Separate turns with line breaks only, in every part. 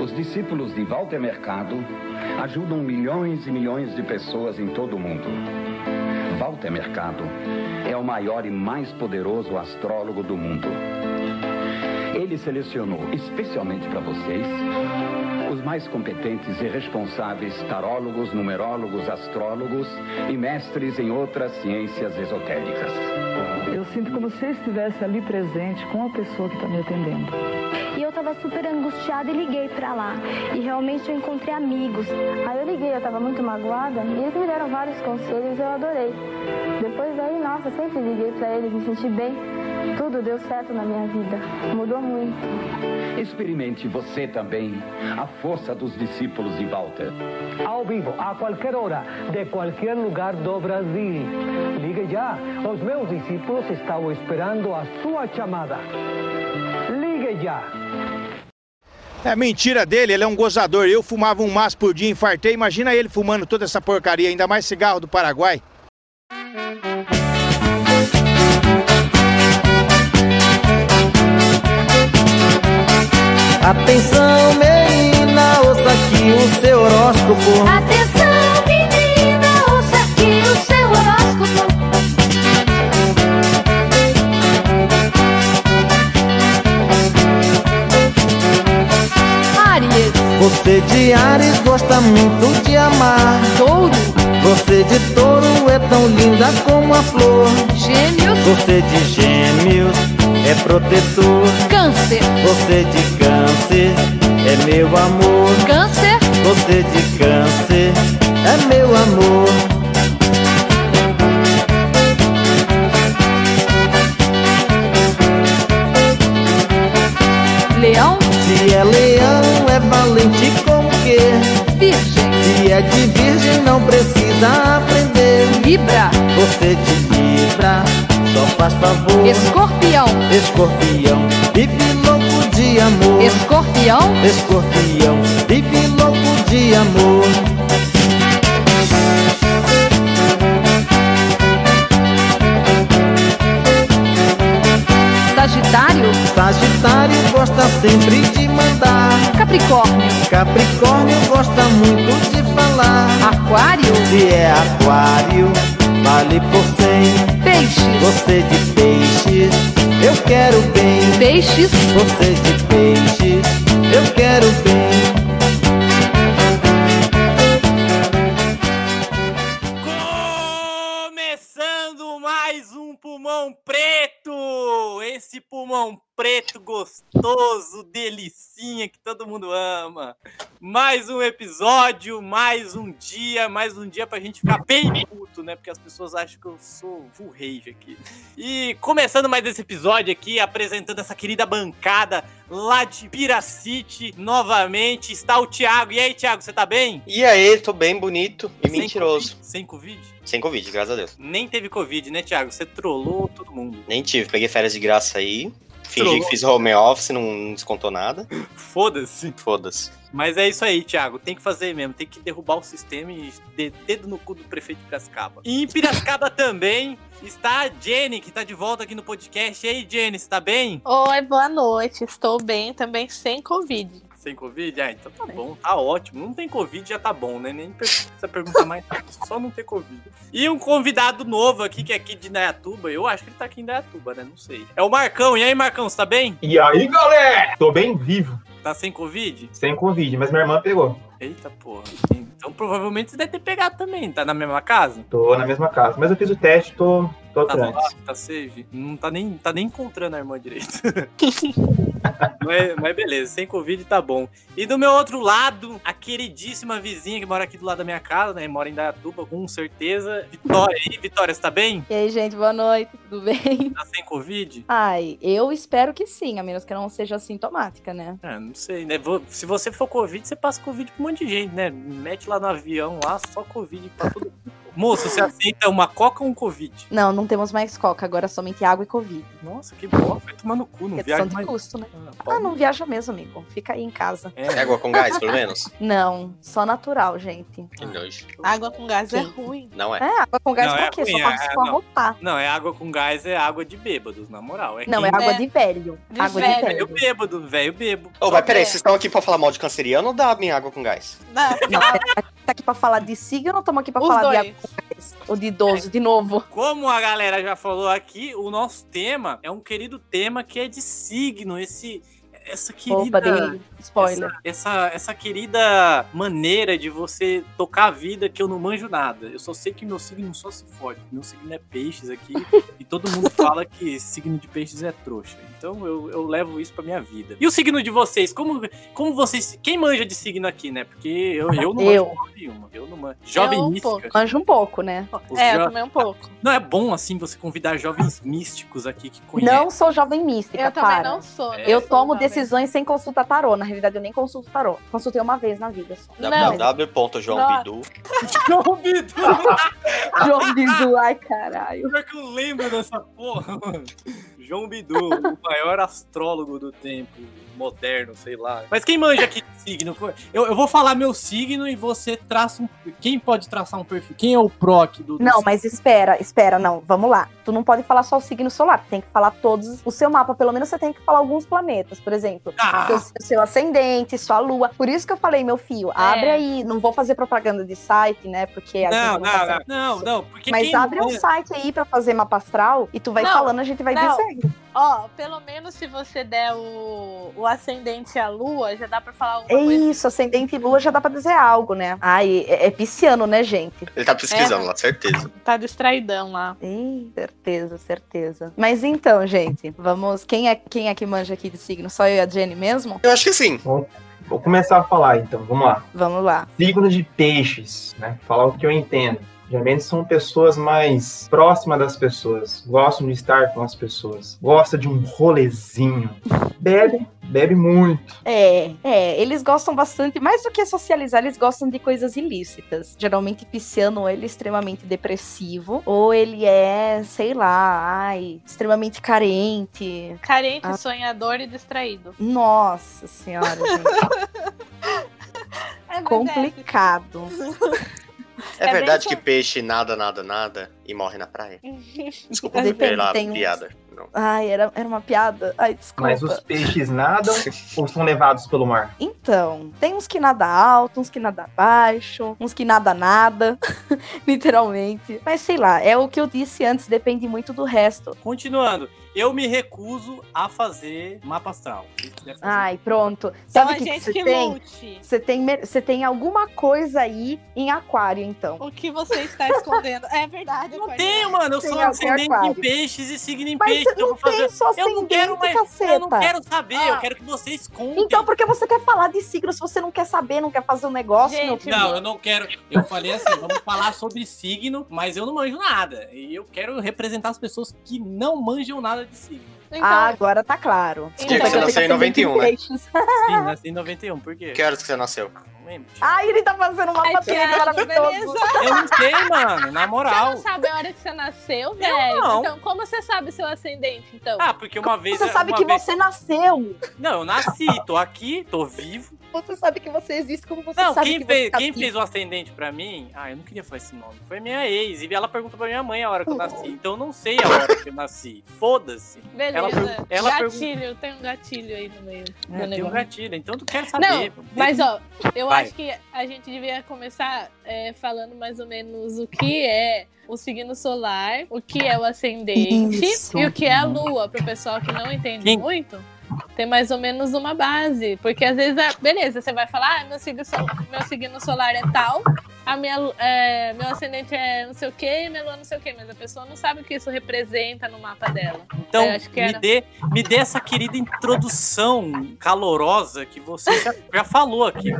Os discípulos de Walter Mercado ajudam milhões e milhões de pessoas em todo o mundo. Walter Mercado é o maior e mais poderoso astrólogo do mundo. Ele selecionou especialmente para vocês os mais competentes e responsáveis tarólogos, numerólogos, astrólogos e mestres em outras ciências esotéricas.
Eu sinto como se eu estivesse ali presente com a pessoa que está me atendendo.
E eu tava super angustiada e liguei pra lá. E realmente eu encontrei amigos.
Aí eu liguei, eu tava muito magoada. E eles me deram vários conselhos e eu adorei. Depois daí, nossa, sempre liguei pra eles, me senti bem. Tudo deu certo na minha vida. Mudou muito.
Experimente você também a força dos discípulos de Walter.
Ao vivo, a qualquer hora, de qualquer lugar do Brasil. Ligue já. Os meus discípulos estavam esperando a sua chamada. Ligue já.
É mentira dele, ele é um gozador. Eu fumava um maço por dia, infartei. Imagina ele fumando toda essa porcaria, ainda mais cigarro do Paraguai.
Atenção, menina, ouça aqui o seu horóscopo.
Atenção, menina, ouça aqui o seu horóscopo.
Você de Ares gosta muito de amar.
Touro.
Você de touro é tão linda como a flor.
Gêmeos.
Você de gêmeos é protetor.
Câncer.
Você de câncer é meu amor.
Câncer.
Você de câncer é meu amor.
Leão.
Se é leão, é valente como que?
Virgem.
Se é de virgem, não precisa aprender.
Libra.
Você de libra, só faz favor.
Escorpião.
Escorpião, vive louco de amor.
Escorpião.
Escorpião, vive louco de amor.
Sagitário.
Sagitário gosta sempre de mandar.
Capricórnio.
Capricórnio gosta muito de falar.
Aquário.
Se é aquário, vale por cem.
Peixes.
Você de peixes, eu quero bem.
Peixes.
Você de peixes, eu quero bem.
Começando mais um pulmão preto! Esse pulmão preto gostoso, delicinha que todo mundo ama. Mais um episódio, mais um dia, mais um dia pra gente ficar bem puto, né? Porque as pessoas acham que eu sou full rage aqui. E começando mais esse episódio aqui, apresentando essa querida bancada lá de Piracite, novamente está o Thiago. E aí, Thiago, você tá bem?
E aí, tô bem bonito e mentiroso.
COVID? Sem Covid?
Sem Covid, graças a Deus.
Nem teve Covid, né, Thiago? Você trollou todo mundo.
Nem tive, peguei férias de graça aí. Fingi
Trollou.
que fiz home office, não não descontou nada.
Foda-se.
Foda-se.
Mas é isso aí, Thiago. Tem que fazer mesmo. Tem que derrubar o sistema e de dedo no cu do prefeito de Piracicaba. E em Piracicaba também está a Jenny, que tá de volta aqui no podcast. E aí, Jenny, você tá bem?
Oi, boa noite. Estou bem também sem Covid.
Sem Covid? Ah, então tá bom, tá ótimo. Não tem Covid, já tá bom, né? Nem precisa perguntar mais nada, só não ter Covid. E um convidado novo aqui, que é aqui de Indaiatuba. Eu acho que ele tá aqui em Indaiatuba, né? Não sei. É o Marcão. E aí, Marcão, você tá bem?
E aí, galera? Tô bem vivo,
Tá sem Covid?
sem Covid, mas minha irmã pegou.
Eita porra. Então provavelmente você deve ter pegado também. Tá na mesma casa?
Tô na mesma casa. Mas eu fiz o teste, tô, tô
Tá
atrás.
suave, tá safe. Não tá nem, tá nem encontrando a irmã direito. mas, mas beleza, sem Covid tá bom. E do meu outro lado, a queridíssima vizinha que mora aqui do lado da minha casa, né? Mora em Dayatuba, com certeza. Vitória, e aí, Vitória, você tá bem?
E aí, gente, boa noite, tudo bem?
Tá sem Covid?
Ai, eu espero que sim, a menos que não seja sintomática, né?
Ah, não sei, né? Vou- Se você for Covid, você passa Covid pra um monte de gente, né? Mete lá no avião, lá, só Covid pra todo mundo. Moço, você aceita uma coca ou um Covid?
Não, não temos mais coca, agora é somente água e covid.
Nossa, que boa. Vai tomar no cu, não viaja
Redução de
mais.
custo, né? Ah, não viaja mesmo, amigo. Fica aí em casa.
É água com gás, pelo menos.
Não, só natural, gente.
Que nojo.
Água com gás é ruim.
Não é.
É, água com gás
Não,
pra
é
quê?
ruim,
só pra
é-
se
é,
for
não.
arrotar.
Não, é água com gás, é água de bêbados, na moral. É
Não, é
quem-
água de velho.
De
água de
velho.
velho.
bêbado, velho bebo.
Ô, mas
é.
peraí, vocês estão aqui pra falar mal de canceriano ou da minha água com gás?
Não, tá aqui pra falar de signo ou estamos aqui pra
Os
falar
dois.
de água com gás? Ou de
É.
idoso, de novo?
Como a galera já falou aqui, o nosso tema é um querido tema que é de signo, esse essa querida
Opa, dei um spoiler.
Essa, essa, essa querida maneira de você tocar a vida que eu não manjo nada. Eu só sei que meu signo só se fode. Meu signo é peixes aqui e todo mundo fala que signo de peixes é trouxa. Então eu, eu levo isso pra minha vida. E o signo de vocês? Como, como vocês. Quem manja de signo aqui, né? Porque eu, eu não
Eu.
manjo porra nenhuma. Eu não manjo. Jovem
um
mística.
pouco. Manja um pouco, né?
Os É, eu jo- também
um pouco.
Não é bom assim você convidar jovens místicos aqui que conhecem.
Não sou jovem mística,
Eu também
para.
não sou, não
eu
sou
tomo
jovem.
decisões sem consulta tarô. Na realidade, eu nem consulto tarô. Consultei uma vez na vida só.
www.joãobidu.
João Bidu.
João Bidu, ai caralho.
Pior é que eu lembro dessa porra, mano. João Bidu, o maior astrólogo do tempo moderno, sei lá. Mas quem manja aqui de signo? Eu, eu vou falar meu signo e você traça um. Quem pode traçar um perfil? Quem é o proc do. do
Não,
signo?
mas espera, espera, não, vamos lá. Tu não pode falar só o signo solar, tu tem que falar todos. O seu mapa, pelo menos você tem que falar alguns planetas, por exemplo.
Ah.
Seu, seu ascendente, sua lua. Por isso que eu falei, meu filho,
é.
abre aí. Não vou fazer propaganda de site, né? Porque a
Não,
gente tá
não, não,
certo.
não, não, porque
Mas
quem
abre um
manja-
site aí pra fazer mapa astral e tu vai
Não,
falando, a gente vai
não.
dizendo.
Ó, pelo menos se você der o, o ascendente à lua, já dá pra falar um alguma
É isso, ascendente e lua já dá pra dizer algo, né? Ai, é, é pisciano, né, gente?
Ele tá pesquisando
É.
lá, certeza.
Tá distraidão lá. Ih, certeza, certeza. Mas então, gente, vamos. Quem é, quem é que manja aqui de signo? Só eu e a Jenny mesmo?
Eu acho que sim.
Vou, vou começar a falar então, vamos lá.
Vamos lá.
Signo de peixes, né? Falar o que eu entendo. Geralmente são pessoas mais próximas das pessoas, gostam de estar com as pessoas, gosta de um rolezinho. Bebe, bebe muito.
É, é, eles gostam bastante, mais do que socializar, eles gostam de coisas ilícitas. Geralmente, pisciano, ou ele é extremamente depressivo, ou ele é, sei lá, ai, extremamente carente.
Carente,
Ah.
sonhador e distraído.
Nossa senhora, gente.
É
complicado.
É, verdade que peixe nada, nada, nada e morre na praia?
Desculpa,
Sei
Depende,
lá,
tem uns-
piada. Não.
Ai, era, era uma piada. Ai, desculpa.
Mas os peixes nadam ou são levados pelo mar?
Então, tem uns que nada alto, uns que nada baixo, uns que nada nada, literalmente. Mas sei lá, é o que eu disse antes, depende muito do resto.
Continuando, eu me recuso a fazer mapa astral. Se quiser fazer-
Ai, pronto.
Então
Sabe
a
o que que
gente
você
que
tem?
lute.
Você tem, mer- você tem alguma coisa aí em aquário, então.
O que você está escondendo? É verdade. Não
Tem, mano, eu
Tem
sou
algum
ascendente em
aquário.
peixes e signo em
Mas
peixes.
você
eu
não
vou fazer-
tem só
eu não quero
ascendente,
mais. Eu não
caceta.
quero saber, eu
Ah.
quero que você esconda.
Então, por que você quer falar de signo se você não quer saber, não quer fazer um negócio, meu filho?
Não, eu não quero. Eu falei assim, vamos falar sobre signo, mas eu não manjo nada. E eu quero representar as pessoas que não manjam nada de signo.
ah, agora tá claro.
Então, Tinha que ser nasceu em 91, né?
Sim, nasci em 91, por quê?
Que horas que você nasceu?
Não lembro.
Ai, ele tá fazendo uma papeleta
Thiago,
maravilhosa.
beleza?
Eu não sei, mano, na
Você
moral.
não sabe a hora que você nasceu, velho?
não.
Então, como você sabe seu ascendente, então?
Ah, porque uma vez.
Você sabe
uma
que
vez-
você nasceu.
Não, eu nasci, tô aqui, tô vivo.
Você sabe que você existe como você
Não,
sabe
quem,
que
fez,
você tá
quem
aqui.
fez o ascendente pra mim. Ah, eu não queria falar esse nome. Foi minha ex. E ela perguntou pra minha mãe a hora que eu nasci. Então eu não sei a hora que eu nasci. Foda-se.
Beleza.
Ela, pergun- ela perguntou.
gatilho, tem um gatilho aí no meio. do
É, tem um
negócio.
gatilho, então tu quer saber.
Não, mas ó, eu
Vai.
acho que a gente devia começar é, falando mais ou menos o que é o signo solar, o que é o ascendente
Isso.
e o que é a lua, pro pessoal que não entende
Quem-
muito. Tem mais ou menos uma base, porque às vezes, é- beleza, você vai falar, ah, meu signo, sol- meu signo solar é tal, a minha, lu- é, meu ascendente é não sei o que, minha lua não sei o que, mas a pessoa não sabe o que isso representa no mapa dela.
Então,
Eu é, acho que
me
era.
dê, me dê essa querida introdução calorosa que você já, já falou aqui.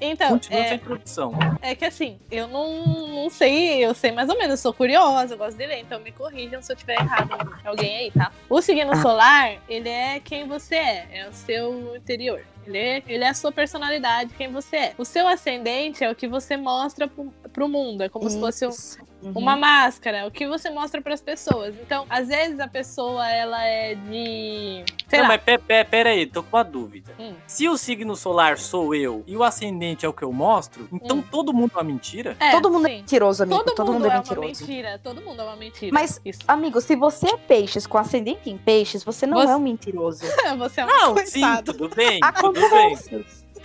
Então,
Continua
é-
essa introdução.
É que assim, eu não, não sei, eu sei mais ou menos, eu sou curiosa, eu gosto de ler, então me corrijam se eu tiver errado alguém aí, tá? O signo solar, ele é quem você é, é o seu interior. Ele é, ele é a sua personalidade, quem você é. O seu ascendente é o que você mostra pro,
pro mundo. É como se fosse um- uma
é
máscara, o que você mostra pras pessoas. Então, às vezes a pessoa, ela é de. Sei
Não,
lá.
mas pe- pe- peraí, tô com uma dúvida.
Hum.
Se o signo solar sou eu e o ascendente é o que eu mostro,
Hum.
então todo mundo é uma mentira?
É,
todo mundo é mentiroso, amigo.
Todo, mundo, é,
é
uma
mentiroso.
mentira. Todo mundo é uma mentira.
Mas, amigo, se você é peixes com ascendente em peixes, você não
Você-
é um mentiroso.
você é um
Não, sim,
coitado.
tudo bem, tudo bem.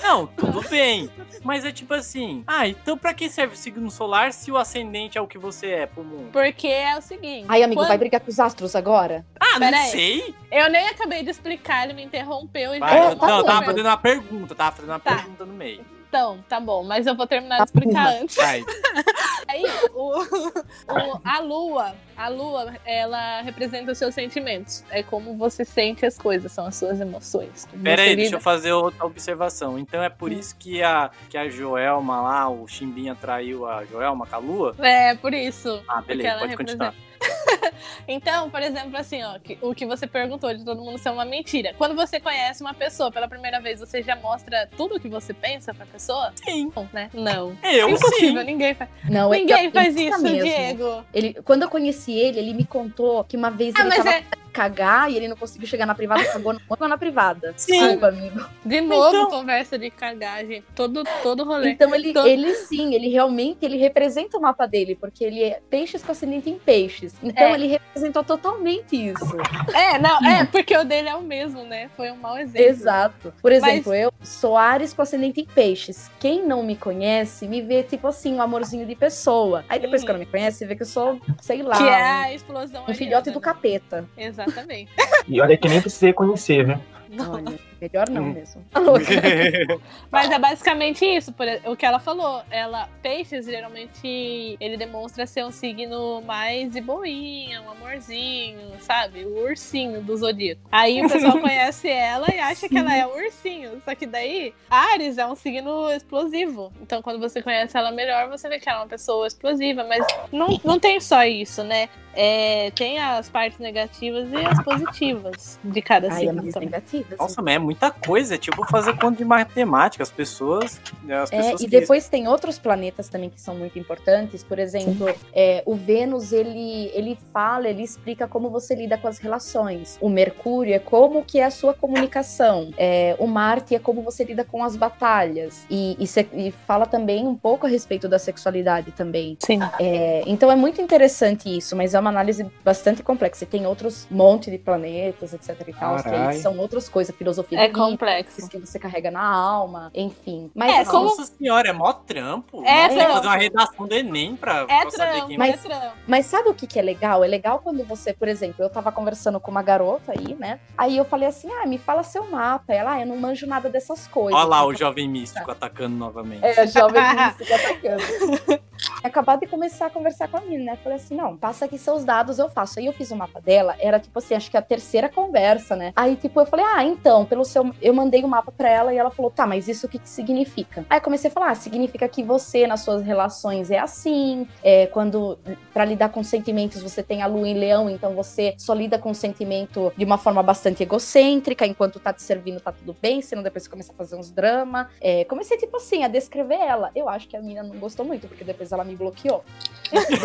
Não, tudo bem. Mas é tipo assim, ah, então pra que serve o signo solar se o ascendente é o que você é pro mundo?
Porque é o seguinte.
Ai, amigo,
quando-
vai brigar com os astros agora?
Ah, não
Peraí.
sei.
Eu nem acabei de explicar, ele me interrompeu e
Vai, eu-
Tá
não, eu
bom,
tava
meu.
fazendo uma pergunta, tava fazendo uma
Tá.
pergunta no meio.
Então, tá bom, mas eu vou terminar de explicar antes.
Vai.
Aí, o, o- a lua, a lua, ela representa os seus sentimentos. É como você sente as coisas, são as suas emoções. como você
Pera aí,
lida.
deixa eu fazer outra observação. Então é
Hum.
por isso que a, que a Joelma lá, o Chimbinha traiu a Joelma com a Lua?
É, por isso.
Ah,
Porque
beleza,
ela
pode
representa-
continuar.
Então, por exemplo, assim, ó, que- o que você perguntou de todo mundo ser uma mentira. Quando você conhece uma pessoa pela primeira vez, você já mostra tudo o que você pensa pra pessoa?
Sim.
Não, né? Não.
Eu
Impossível,
sim.
ninguém faz.
Não,
Ninguém
é-
faz
pensa
isso,
mesmo.
Diego.
Ele, quando eu conheci ele, ele me contou que uma vez
Ah,
ele
mas
tava
é-
com vontade de cagar e ele não conseguiu chegar na privada, cagou no outro na privada. Sim. Desculpa, amigo.
De novo,
Então
conversa de cagagem. Todo, todo rolê.
Então ele,
Todo-
ele sim, ele realmente ele representa o mapa dele, porque ele é peixes com ascendente em peixes. Então
É.
ele representou totalmente isso.
Então.
É, não,
Hum.
é, porque o dele é o mesmo, né? Foi um mau exemplo.
Exato. Por
Mas-
exemplo, é eu sou Ares com ascendente em peixes. Quem não me conhece me vê tipo assim, um amorzinho de pessoa. Aí depois que ela me conhece, vê que eu sou, sei lá,
Que é
um-
a explosão
um filhote do capeta.
Exatamente.
E olha que nem precisei conhecer,
né?
viu?
Olha, melhor não
Hum.
mesmo.
Mas é basicamente isso, por e- o que ela falou. Ela, peixes, geralmente, ele demonstra ser um signo mais de boinha, um amorzinho, sabe? O ursinho do zodíaco. Aí o pessoal conhece ela e acha que ela é o ursinho. Só que daí, Ares é um signo explosivo. Então, quando você conhece ela melhor, você vê que ela é uma pessoa explosiva. Mas não, não tem só isso, né? É, tem as partes negativas e as positivas de cada
Ai,
signo.
amigas
também.
negativas.
Nossa, mas é muita coisa. É tipo fazer conta de matemática. As pessoas. né, As
É,
pessoas
e
que-
depois tem outros planetas também que são muito importantes. Por exemplo, é, o Vênus, ele, ele fala, ele explica como você lida com as relações. O Mercúrio é como que é a sua comunicação. É, o Marte é como você lida com as batalhas. E, e se- e fala também um pouco a respeito da sexualidade também.
Sim.
então é muito interessante isso, mas é uma análise bastante complexa. E tem outros monte de planetas, etc e tal. que aí
Carai.
são outras coisas, filosofia. de
É
vida,
complexo.
Que você carrega na alma, enfim. Mas assim,
Nossa senhora, é mó trampo.
É
Nossa, tem que
trampo.
fazer uma redação do Enem pra,
É
pra saber quem é.
mas, mas sabe o que, que é legal? É legal quando você, por exemplo, eu tava conversando com uma garota aí, né? Aí eu falei assim: ah, me fala seu mapa. Ela, ah, eu não manjo nada dessas coisas.
Olha lá o jovem místico atacando novamente.
É, jovem místico atacando. Acabado de começar a conversar com a menina, né? Falei assim: não, passa aqui seus dados, eu faço. Aí eu fiz o mapa dela, era tipo assim, acho que a terceira conversa, né? Aí, tipo, eu falei: ah, então, pelo seu. Eu mandei o mapa pra ela e ela falou: tá, mas isso o que, que significa? Aí eu comecei a falar: ah, significa que você, nas suas relações, é assim, é, quando. pra lidar com sentimentos, você tem a lua em leão, então você só lida com o sentimento de uma forma bastante egocêntrica, enquanto tá te servindo, tá tudo bem, senão depois você começa a fazer uns drama. É, comecei, tipo assim, a descrever ela. Eu acho que a mina não gostou muito, porque depois ela me bloqueou.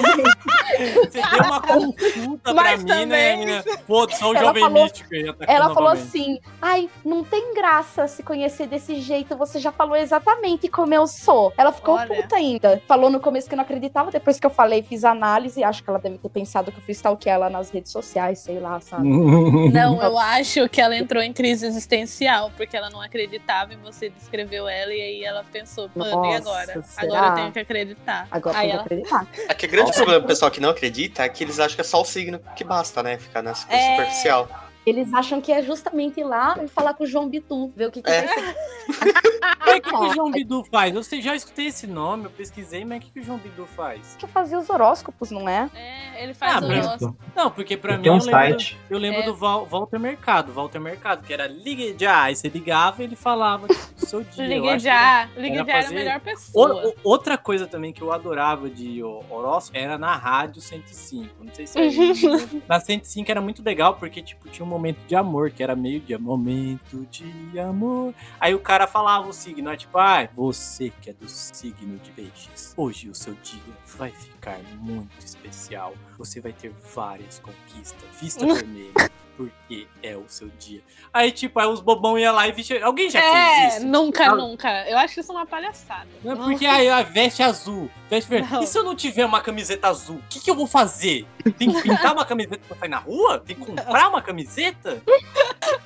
Você deu uma consulta pra
Mas
mim, né?
também-
menina? Pô, só o
Ela
jovem
falou-
místico aí atacando
Ela falou
novamente.
assim: ai, não tem graça se conhecer desse jeito, você já falou exatamente como eu sou. Ela ficou puta ainda. Falou no começo que não acreditava, depois que eu falei, fiz análise, acho que ela deve ter pensado que eu fui stalkear ela nas redes sociais, sei lá, sabe?
Não, eu acho que ela entrou em crise existencial, porque ela não acreditava e você descreveu ela e aí ela pensou, mano, e
Nossa,
agora? Agora
será?
eu tenho que acreditar.
Agora
aí
eu vou acreditar.
Aqui, É o grande problema do pessoal que não acredita é que eles acham que é só o signo que basta, né? Ficar nessa coisa
É.
superficial.
Eles acham que é justamente ir lá e falar com o João Bitu, ver o que, que vai ser.
Mas o que, que
é
o João Bidu faz? Eu sei, já escutei esse nome, eu pesquisei, mas o que, que o João Bidu faz?
que fazer os horóscopos, não é?
É, ele
Ah,
faz o
mas-
nosso.
Não, porque pra mim
Tem um
eu lembro,
site.
eu lembro
É.
do Val- Walter Mercado, Walter Mercado, que era ligue já, aí você ligava e ele falava tipo, do seu dia. eu
Liguei
acho que
já,
era-
liguei
era
já era é a
fazer-
melhor
O-
pessoa.
o- outra coisa também que eu adorava de o- horóscopo era na Rádio 105. Não sei se é
Uhum.
Na 105 era muito legal, porque tipo, tinha uma momento de amor, que era meio dia, momento de amor. Aí o cara falava o signo, é tipo, ah, você que é do signo de peixes, hoje o seu dia vai ficar muito especial. Você vai ter várias conquistas, vista vermelha. Porque é o seu dia. Aí, tipo, aí os bobão iam lá e vestia. Alguém já fez
É,
isso?
nunca,
Ah,
nunca. Eu acho isso uma palhaçada.
Não é porque aí a veste azul, veste verde.
Não.
E se eu não tiver uma camiseta azul, o que, que eu vou fazer? Tem que pintar uma camiseta pra sair na rua? Tem que comprar uma camiseta?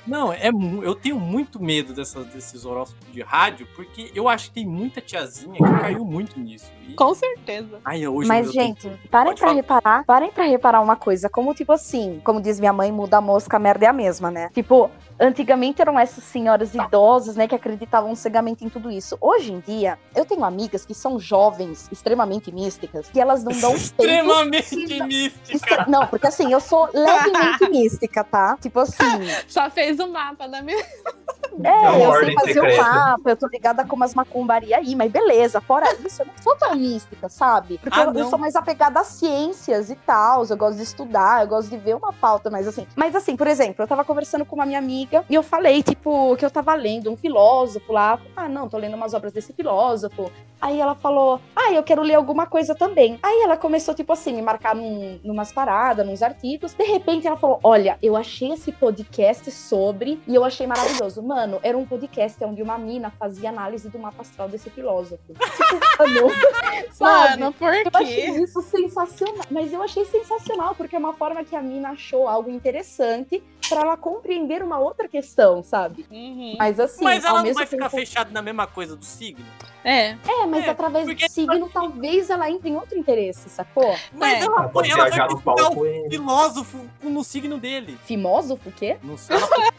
Não, é mu- eu tenho muito medo dessas, desses horóscopos de rádio, porque eu acho que tem muita tiazinha que caiu muito nisso. E,
Com certeza.
ai, hoje
Mas,
eu
gente, parem pra reparar, parem pra reparar uma coisa. Como, tipo assim, como diz minha mãe, muda a mosca, a merda é a mesma, né? Tipo, antigamente eram essas senhoras idosas, né, que acreditavam cegamente em tudo isso. Hoje em dia, eu tenho amigas que são jovens, extremamente místicas, que elas não um dão peito.
Extremamente mística.
Extre- Não, porque assim, eu sou levemente mística, tá? Tipo assim.
Só fez o mapa da minha.
É,
Não,
eu sei
ordem
fazer o
secreta.
mapa, eu tô ligada com umas macumbaria aí, mas beleza, fora isso, eu não sou tão mística, sabe? Porque
Ah,
eu, eu
não.
sou mais apegada às ciências e tal, eu gosto de estudar, eu gosto de ver uma pauta, mas assim. Mas assim, por exemplo, eu tava conversando com uma minha amiga e eu falei, tipo, que eu tava lendo um filósofo lá. Ah, não, tô lendo umas obras desse filósofo. Aí ela falou, ah, eu quero ler alguma coisa também. Aí ela começou, tipo assim, me marcar num, numas paradas, nos artigos. De repente ela falou: Olha, eu achei esse podcast sobre e eu achei maravilhoso. Mano, era um podcast onde uma mina fazia análise do mapa astral desse filósofo. Tipo, mano, sabe?
Mano, por
Eu
quê?
achei isso sensacional. Mas eu achei sensacional, porque é uma forma que a mina achou algo interessante pra ela compreender uma outra questão, sabe?
Uhum.
Mas assim,
Mas
ao
ela não
mesmo
vai ficar
tempo-
fechada na mesma coisa do signo?
É.
É, mas através do signo, talvez ela entre em outro interesse, sacou?
Mas
É.
ela,
pode
ela vai
viajar no
pesquisar
palco
o filósofo no signo dele.
Fimósofo, o quê?
Não sei. Ela foi-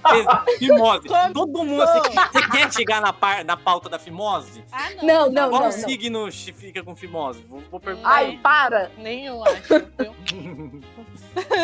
Fimose. Todo mundo. Você, quer- você quer chegar na, par, na pauta da fimose?
Ah,
Não, não,
Qual
não. não.
signo chi- fica com fimose? Vou, vou perguntar.
Ai, para!
Nenhum, acho.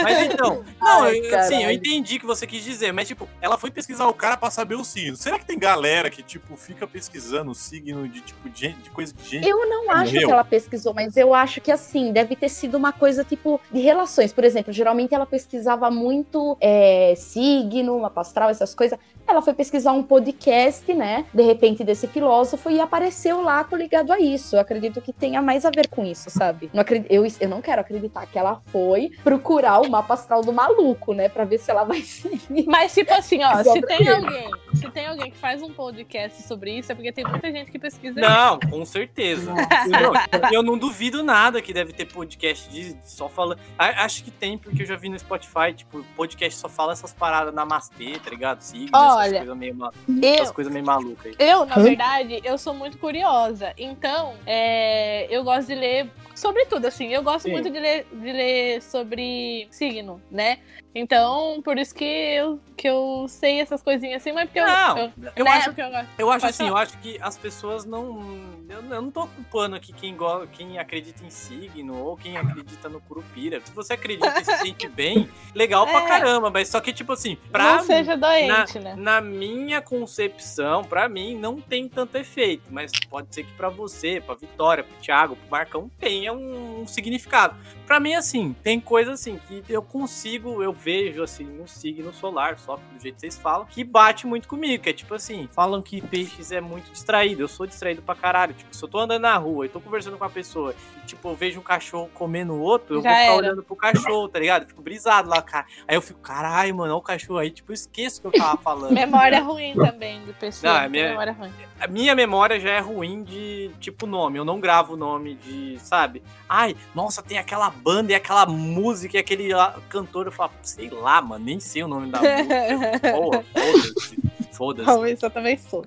Mas então. Não,
Ai,
eu, assim, eu
caralho.
entendi o que você quis dizer, mas tipo, ela foi pesquisar o cara pra saber o signo. Será que tem galera que, tipo, fica pesquisando o signo de, tipo, de, de coisa de gente?
Eu não acho que ela pesquisou, mas eu acho que assim, deve ter sido uma coisa tipo de relações. Por exemplo, geralmente ela pesquisava muito é, signo, mapa astral, essas coisas. Ela foi pesquisar um podcast, né? De repente, desse filósofo e apareceu lá ligado a isso. Eu acredito que tenha mais a ver com isso, sabe? Não acredi- eu, eu não quero acreditar que ela foi procurar o mapa astral do maluco, né? Pra ver se ela vai seguir.
Mas, tipo assim, ó,
Só
se
pra
tem
ver.
alguém, se tem alguém que faz um podcast sobre isso, é porque tem muita gente que pesquisa
Não, com certeza. Não, eu não duvido nada que deve ter podcast de de só falando. A- Acho que tem, porque eu já vi no Spotify, tipo, podcast só fala essas paradas namastê, tá ligado? Signo, essas
Olha,
coisas meio, ma...
eu-
essas coisas meio malucas aí.
Eu, na
Hã?
verdade, eu sou muito curiosa. Então, é, eu gosto de ler sobre tudo, assim. Eu gosto
Sim.
muito de ler, de ler sobre signo, né? Então, por isso que eu, que eu sei essas coisinhas assim, mas porque
Não,
eu.
eu
né,
acho-
porque gosto.
Eu acho
Pode
assim,
falar.
eu acho que as pessoas não. Eu, eu não tô culpando aqui quem, go, quem acredita em signo ou quem acredita no curupira. Se você acredita e se sente bem, legal pra
É.
caramba, mas só que, tipo assim, pra.
Não seja doente,
na,
né?
Na minha concepção, pra mim, não tem tanto efeito, mas pode ser que pra você, pra Vitória, pro Thiago, pro Marcão, tenha um, um significado. Pra mim, assim, tem coisa assim que eu consigo, eu vejo, assim, no signo solar, só do jeito que vocês falam, que bate muito comigo, que é tipo assim, falam que peixes é muito distraído, eu sou distraído pra caralho, tipo, se eu tô andando na rua e tô conversando com a pessoa e, tipo, eu vejo um cachorro comendo outro, eu
Já
vou ficar
era.
olhando pro cachorro, tá ligado? Eu Fico brisado lá, cara. Aí eu fico, caralho, mano, olha o cachorro aí, tipo, eu esqueço que eu tava falando.
Memória ruim também de pessoa.
Não, é minha-
Memória ruim.
A minha memória já é ruim de tipo nome. Eu não gravo o nome de, sabe? Ai, nossa, tem aquela banda e aquela música e aquele ah, cantor. Eu falo, sei lá, mano, nem sei o nome da música. Porra, foda-se. Foda-se.
Talvez eu também sou.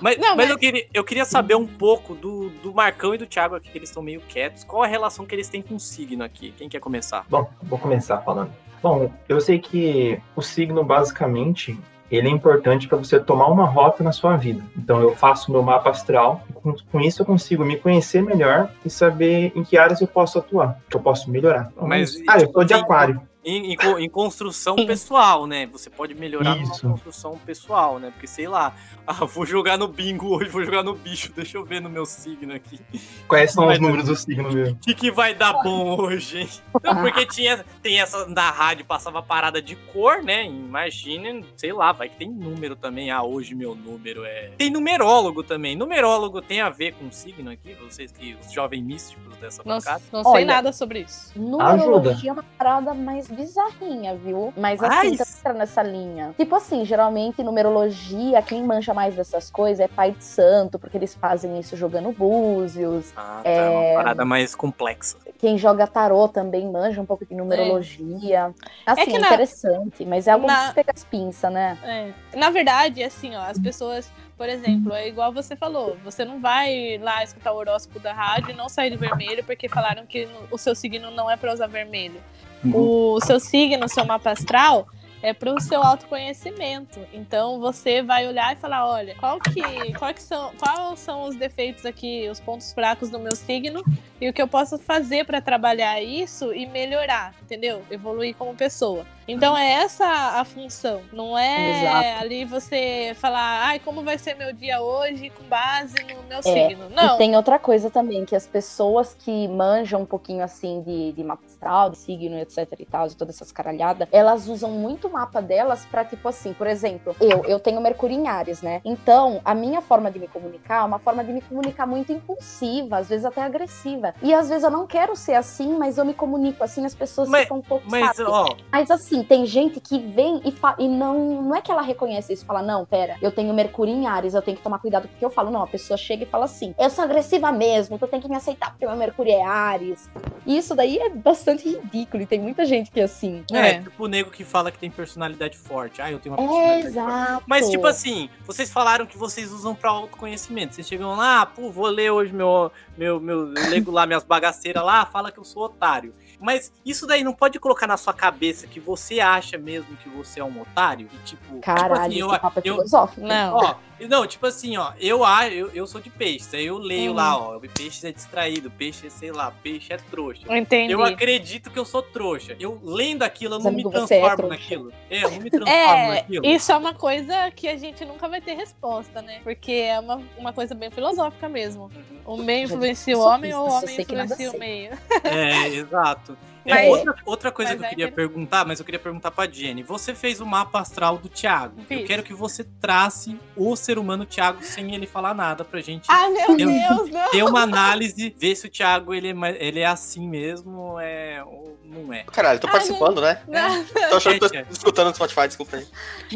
Mas,
Não,
mas
mas-
Eu, queria, eu queria saber um pouco do, do Marcão e do Thiago aqui, que eles estão meio quietos. Qual a relação que eles têm com o signo aqui? Quem quer começar?
Bom, vou começar falando. Bom, eu sei que o signo, basicamente, ele é importante para você tomar uma rota na sua vida. Então, eu faço meu mapa astral, e com, com isso eu consigo me conhecer melhor e saber em que áreas eu posso atuar, que eu posso melhorar. Então,
Mas-
ah, eu sou de aquário.
em, em co- em construção pessoal, né? Você pode melhorar numa construção pessoal, né? Porque sei lá, ah, vou jogar no bingo hoje, vou jogar no bicho, deixa eu ver no meu signo aqui.
Quais são
Vai
os
dar-
números do signo meu?
O que, que vai dar bom hoje, hein?
Ah.
Não, porque tinha, tem essa da rádio, passava parada de cor, né? Imagina, sei lá, vai que tem número também. Ah, hoje meu número é. Tem numerólogo também. Numerólogo tem a ver com signo aqui, vocês que os jovens místicos dessa
Não,
bancada.
não sei nada sobre isso.
Ajuda.
Numerologia é uma parada mais bizarrinha, viu? Mas assim,
Mas-
tá entra nessa linha. Tipo assim, geralmente numerologia, quem manja mais dessas coisas é pai de santo, porque eles fazem isso jogando búzios.
Ah, tá, é
é,
uma parada mais complexa.
Quem joga tarô também manja um pouco de numerologia. Assim,
É, que na-
interessante, mas é algo
na-
que se pega as pinças, né?
É. Na verdade, assim, ó, as pessoas, por exemplo, é igual você falou, você não vai lá escutar o horóscopo da rádio e não sair de vermelho porque falaram que no- o seu signo não é pra usar vermelho.
Uhum.
O seu signo, o seu mapa astral é pro seu autoconhecimento. Então você vai olhar e falar, olha, qual que, qual que são, quais são os defeitos aqui, os pontos fracos do meu signo e o que eu posso fazer pra trabalhar isso e melhorar, entendeu? Evoluir como pessoa. Então é essa a função, não é
Exato.
ali você falar, ai, como vai ser meu dia hoje com base no meu
É,
signo. Não.
E tem outra coisa também, que as pessoas que manjam um pouquinho assim de, de mapa astral, de signo, etc e tal, de todas essas caralhadas, elas usam muito o mapa delas pra, tipo assim, por exemplo, eu, eu tenho Mercúrio em Ares, né? Então, a minha forma de me comunicar é uma forma de me comunicar muito impulsiva, às vezes até agressiva. E às vezes eu não quero ser assim, mas eu me comunico assim, as pessoas ficam um pouco,
mas,
sabe?
ó-
Mas assim, tem gente que vem e, fa- e não, não é que ela reconhece isso, fala, não, pera, eu tenho Mercúrio em Ares, eu tenho que tomar cuidado, porque eu falo, não, a pessoa chega e fala assim, eu sou agressiva mesmo, tu tem que me aceitar porque meu Mercúrio é Ares. E isso daí é bastante ridículo, e tem muita gente que é assim.
É, tipo o nego que fala que tem personalidade forte. Ah, eu tenho uma
É,
personalidade
exato.
Mas, tipo assim, vocês falaram que vocês usam pra autoconhecimento. Vocês chegam lá, "Ah, pô, vou ler hoje meu. meu, meu eu lego lá minhas bagaceiras lá, fala que eu sou otário. Mas isso daí não pode colocar na sua cabeça que você acha mesmo que você é um otário? E, tipo,
Caralho,
tipo
esse
assim,
papo é filosófico.
Não. Ó, não, tipo assim, ó, eu, ah, eu, eu sou de peixes, aí eu
Hum.
leio
Uhum.
lá, ó, peixe é distraído, peixe é, sei lá, peixe é trouxa.
Eu entendi.
Eu acredito que eu sou trouxa. Eu lendo aquilo, eu
Mas,
não
amigo,
me
você é
transformo
trouxa.
naquilo. É, eu não me transformo
É,
naquilo.
isso é uma coisa que a gente nunca vai ter resposta, né? Porque é uma, uma coisa bem filosófica mesmo. O meio
Já
influencia o
disse
homem
sofista,
ou o
só
homem
sei que nada
influencia o
sei.
meio.
É, exato. É,
Mas-
outra, outra coisa
mas
que eu
é
queria perguntar, mas eu queria perguntar pra Jenny. Você fez o mapa astral do Thiago. Eu
Fiz.
quero que você trace o ser humano Thiago sem ele falar nada pra gente.
Ah, meu
ter-
Deus, não!
Ter uma análise, ver se o Thiago ele é, ma- ele é assim mesmo é, ou não é.
Caralho,
Ah,
tô participando, né? Tô achando que tô escutando no Spotify, desculpa aí.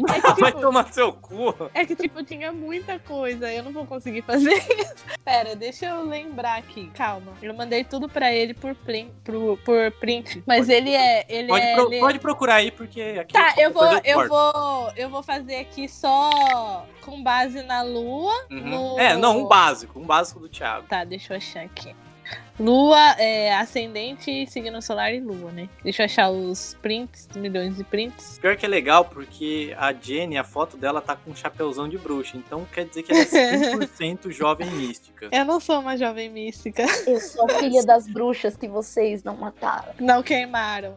Ah,
tipo
Vai tomar seu cu.
É que, tipo, tinha muita coisa. Eu não vou conseguir fazer isso. Pera, deixa eu lembrar aqui. Calma. Eu mandei tudo pra ele por, plin, pro- por print. Mas ele é. Ele
Pode,
é
pro-
ele-
pode procurar aí, porque aqui. é
Tá, eu vou,
depois
eu
corto.
vou. Eu vou fazer aqui só com base na lua.
Uhum.
no-
É, não, um básico, um básico do Thiago.
Tá, deixa eu achar aqui. Lua, é, ascendente, signo solar e lua, né? Deixa eu achar os prints, milhões de prints.
Pior que é legal, porque a Jenny, a foto dela tá com um chapéuzão de bruxa, então quer dizer que ela é 100% jovem mística.
Eu não sou uma jovem mística.
Eu sou filha das bruxas que vocês não mataram.
Não queimaram.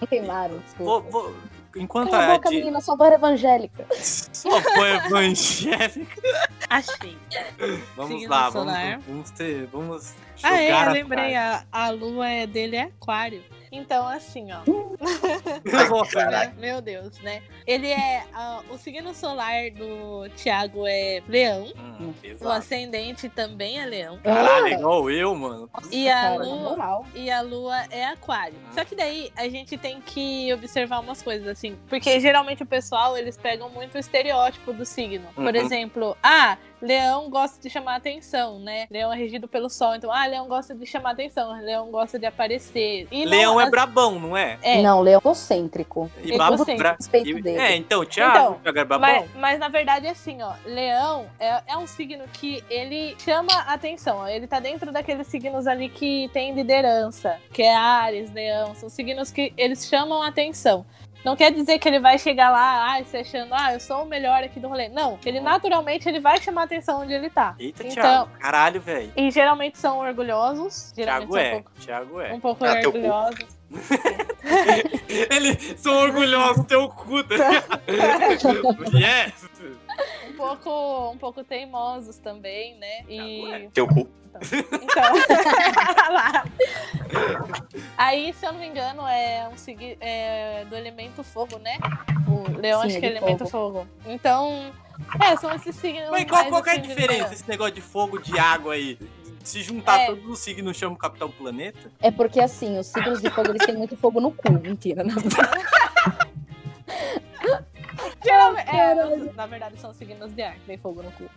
Não queimaram,
Vou-
desculpa.
vou- Enquanto
Cala a
a
boca,
Jenny
menina, sua avó era evangélica.
só foi evangélica,
Achei.
vamos
Signo
lá,
solar.
vamos, vamos ter, vamos jogar
Ah, é, eu
as
lembrei.
cartas.
A, a lua é- dele é aquário. Então, assim, ó.
Caraca.
Hum.
Meu Deus, né? Ele é. ah, o signo solar do Thiago é leão. o
Hum, pesado.
ascendente também é leão.
Caralho, igual eu, mano.
E a,
Cara, na
lua, e a lua é aquário.
Ah.
Só que daí a gente tem que observar umas coisas, assim. Porque geralmente o pessoal, eles pegam muito o estereótipo do signo. Por
Uhum.
exemplo, ah, leão gosta de chamar atenção, né? Leão é regido pelo sol. Então, ah, leão gosta de chamar atenção. Leão gosta de aparecer. E não-
Leão é
as-
brabão, não é?
Não, leão egocêntrico.
E babo
Egocêntrico.
bra...
Respeito
e-
dele.
É, então, Thiago,
Então,
Thiago é brabão.
Mas, mas, na verdade, assim, ó, leão é, é um signo que ele chama atenção. ó, Ele tá dentro daqueles signos ali que tem liderança, que é Ares, leão. São signos que eles chamam atenção. Não quer dizer que ele vai chegar lá, ai, se achando, ah, eu sou o melhor aqui do rolê. Não, ele naturalmente ele vai chamar atenção onde ele tá.
Uhum. Eita,
Então-
Thiago, caralho, velho.
E geralmente são orgulhosos. Geralmente
Thiago
são
é,
um pouco,
Thiago é.
um pouco
Ah, teu cu.
orgulhosos.
Eles são orgulhosos do teu cu, tá É. ligado? yes!
Um pouco, um pouco teimosos também, né?
Ah,
E
Teu cu.
então, lá. Aí, se eu não me engano, é um segui- é do elemento fogo, né? O leão
Sim,
acho que
é
é
de
elemento fogo. Então, é, são esses signos.
Mas qual,
mais,
qual que é a
assim, de
diferença
leão.
esse negócio de fogo, de água aí? Se juntar
É.
todos os signos, chama o Capitão Planeta?
É porque assim, os signos de fogo eles têm muito fogo no cu, mentira. né? Não.
Geralmente, é, não, na verdade, são signos de ar, que tem fogo no cu.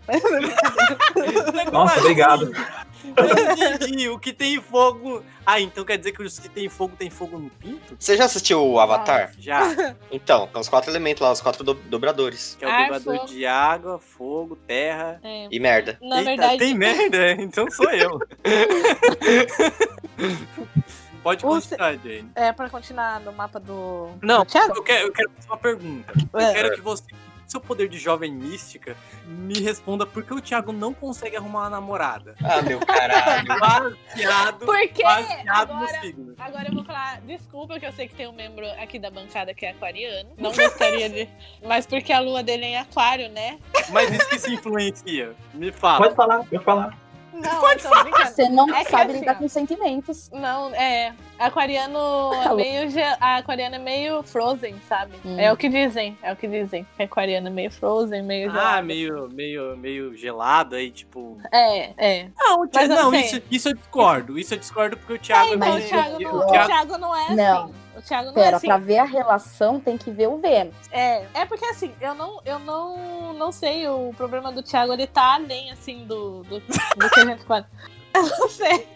Nossa, obrigado.
assim, Eu entendi, o que tem fogo... Ah, então quer dizer que os que tem fogo, tem fogo no pinto?
Você já assistiu o Avatar?
Já.
Ah.
Então, são os quatro elementos lá, os quatro do- dobradores.
Que é o dobrador de água, fogo, terra...
E merda.
É, Na
Eita,
verdade-
Tem merda? Então sou eu. Pode continuar, Jane.
É, pra continuar no mapa do.
Não,
do Thiago?
eu quero, eu quero fazer uma pergunta. Eu
É.
quero que você, com seu poder de jovem mística, me responda por que o Thiago não consegue arrumar uma namorada.
Ah, meu caralho.
Baseado,
Porque
baseado
agora-
no signo.
Agora eu vou falar, desculpa que eu sei que tem um membro aqui da bancada que é aquariano. Não gostaria de. Mas porque a lua dele é em aquário, né?
Mas isso que se influencia. Me fala.
Pode falar, pode falar.
Não, Pode eu tô brincando.
Você não
É que
sabe
assim,
lidar
ó.
com sentimentos.
Não, é. Aquariano é
Alô?
meio. ge- A aquariana é meio frozen, sabe?
Hum.
É o que dizem. É o que dizem. Que aquariano é meio frozen, meio.
Ah,
gelado.
meio, meio, meio gelado aí, tipo.
É, é.
Não,
Mas eu
não,
sei.
isso, isso eu discordo. Isso eu discordo porque o Thiago.
É, então,
meio-
o Thiago não,
o
o
Thiago-
Thiago não é
Não.
assim. O Thiago não é
Pera,
assim.
pra ver a relação tem que ver o Vênus.
É, é porque assim, eu não, eu não, não sei, o problema do Thiago, ele tá além, assim, do, do, do que a gente fala. Eu não sei.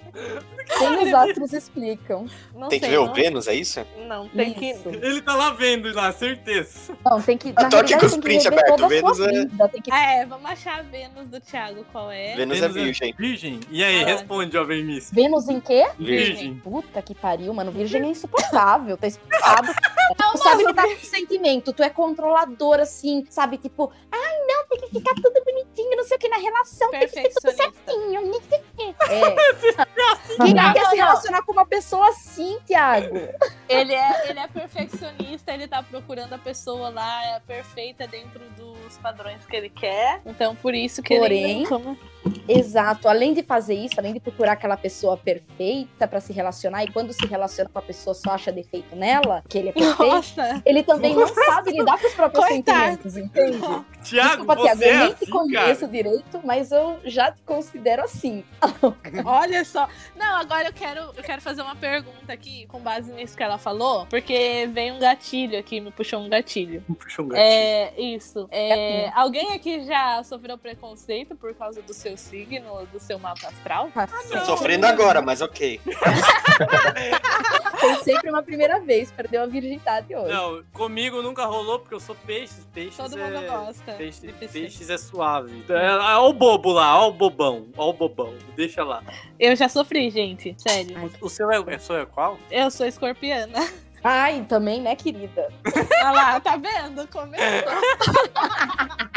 Nem os astros explicam.
Não
Tem que
sei,
ver o
não-
Vênus, é isso?
Não, tem que...
Ele tá lá vendo, lá, certeza.
Não, tem que. Na
Tô
realidade,
aqui com Tá os
tem que
print
rever
aberto,
toda a
Vênus
sua
é-
vida, tem que-
É, vamos achar a Vênus do Thiago, qual é?
Vênus é virgem.
Virgem? E aí, responde, jovem místico.
Vênus em quê?
Virgem.
Puta que pariu, mano. Virgem é insuportável. Tá explicado.
Não,
Tu sabe
mas
lidar com sentimento. Tu é controlador, assim, sabe? Tipo, ai, não, tem que ficar tudo bonitinho, não sei o que, na relação. um Tem que ser tudo certinho. não sei o quê. É. Quem
Não,
quer
não,
se
não.
relacionar com uma pessoa assim, Thiago?
Ele é, ele é perfeccionista, ele tá procurando a pessoa lá é perfeita dentro dos padrões que ele quer. Então, por isso que
Porém,
ele... Como-
Exato. Além de fazer isso, além de procurar aquela pessoa perfeita pra se relacionar, e quando se relaciona com a pessoa só acha defeito nela, que ele é perfeito,
Nossa.
ele também não sabe lidar com os próprios
Coitado.
sentimentos, entende?
Tiago,
Desculpa, Thiago,
você
eu
é
nem
assim,
te conheço
cara.
direito, mas eu já te considero assim.
Olha só. Não, agora eu quero, eu quero fazer uma pergunta aqui, com base nisso que ela falou, porque veio um gatilho aqui, me puxou um gatilho.
Puxa um gatinho.
É, isso. É, alguém aqui já sofreu preconceito por causa do seu signo, do seu mapa astral?
Ah,
Ah,
Tô sofrendo agora, mas ok.
Foi sempre uma primeira vez, perdeu a virgindade hoje.
Não, comigo nunca rolou porque eu sou peixes. Peixes
Todo
é...
mundo gosta
Peixe,
de peixe.
peixes é suave. É, é, ó o bobo lá, ó o bobão, ó o bobão. Deixa lá.
Eu já sofri, gente. Sério.
O seu é, é, seu é qual?
Eu sou escorpiana.
Ai, também, né, querida?
Olha lá, tá vendo? Começou.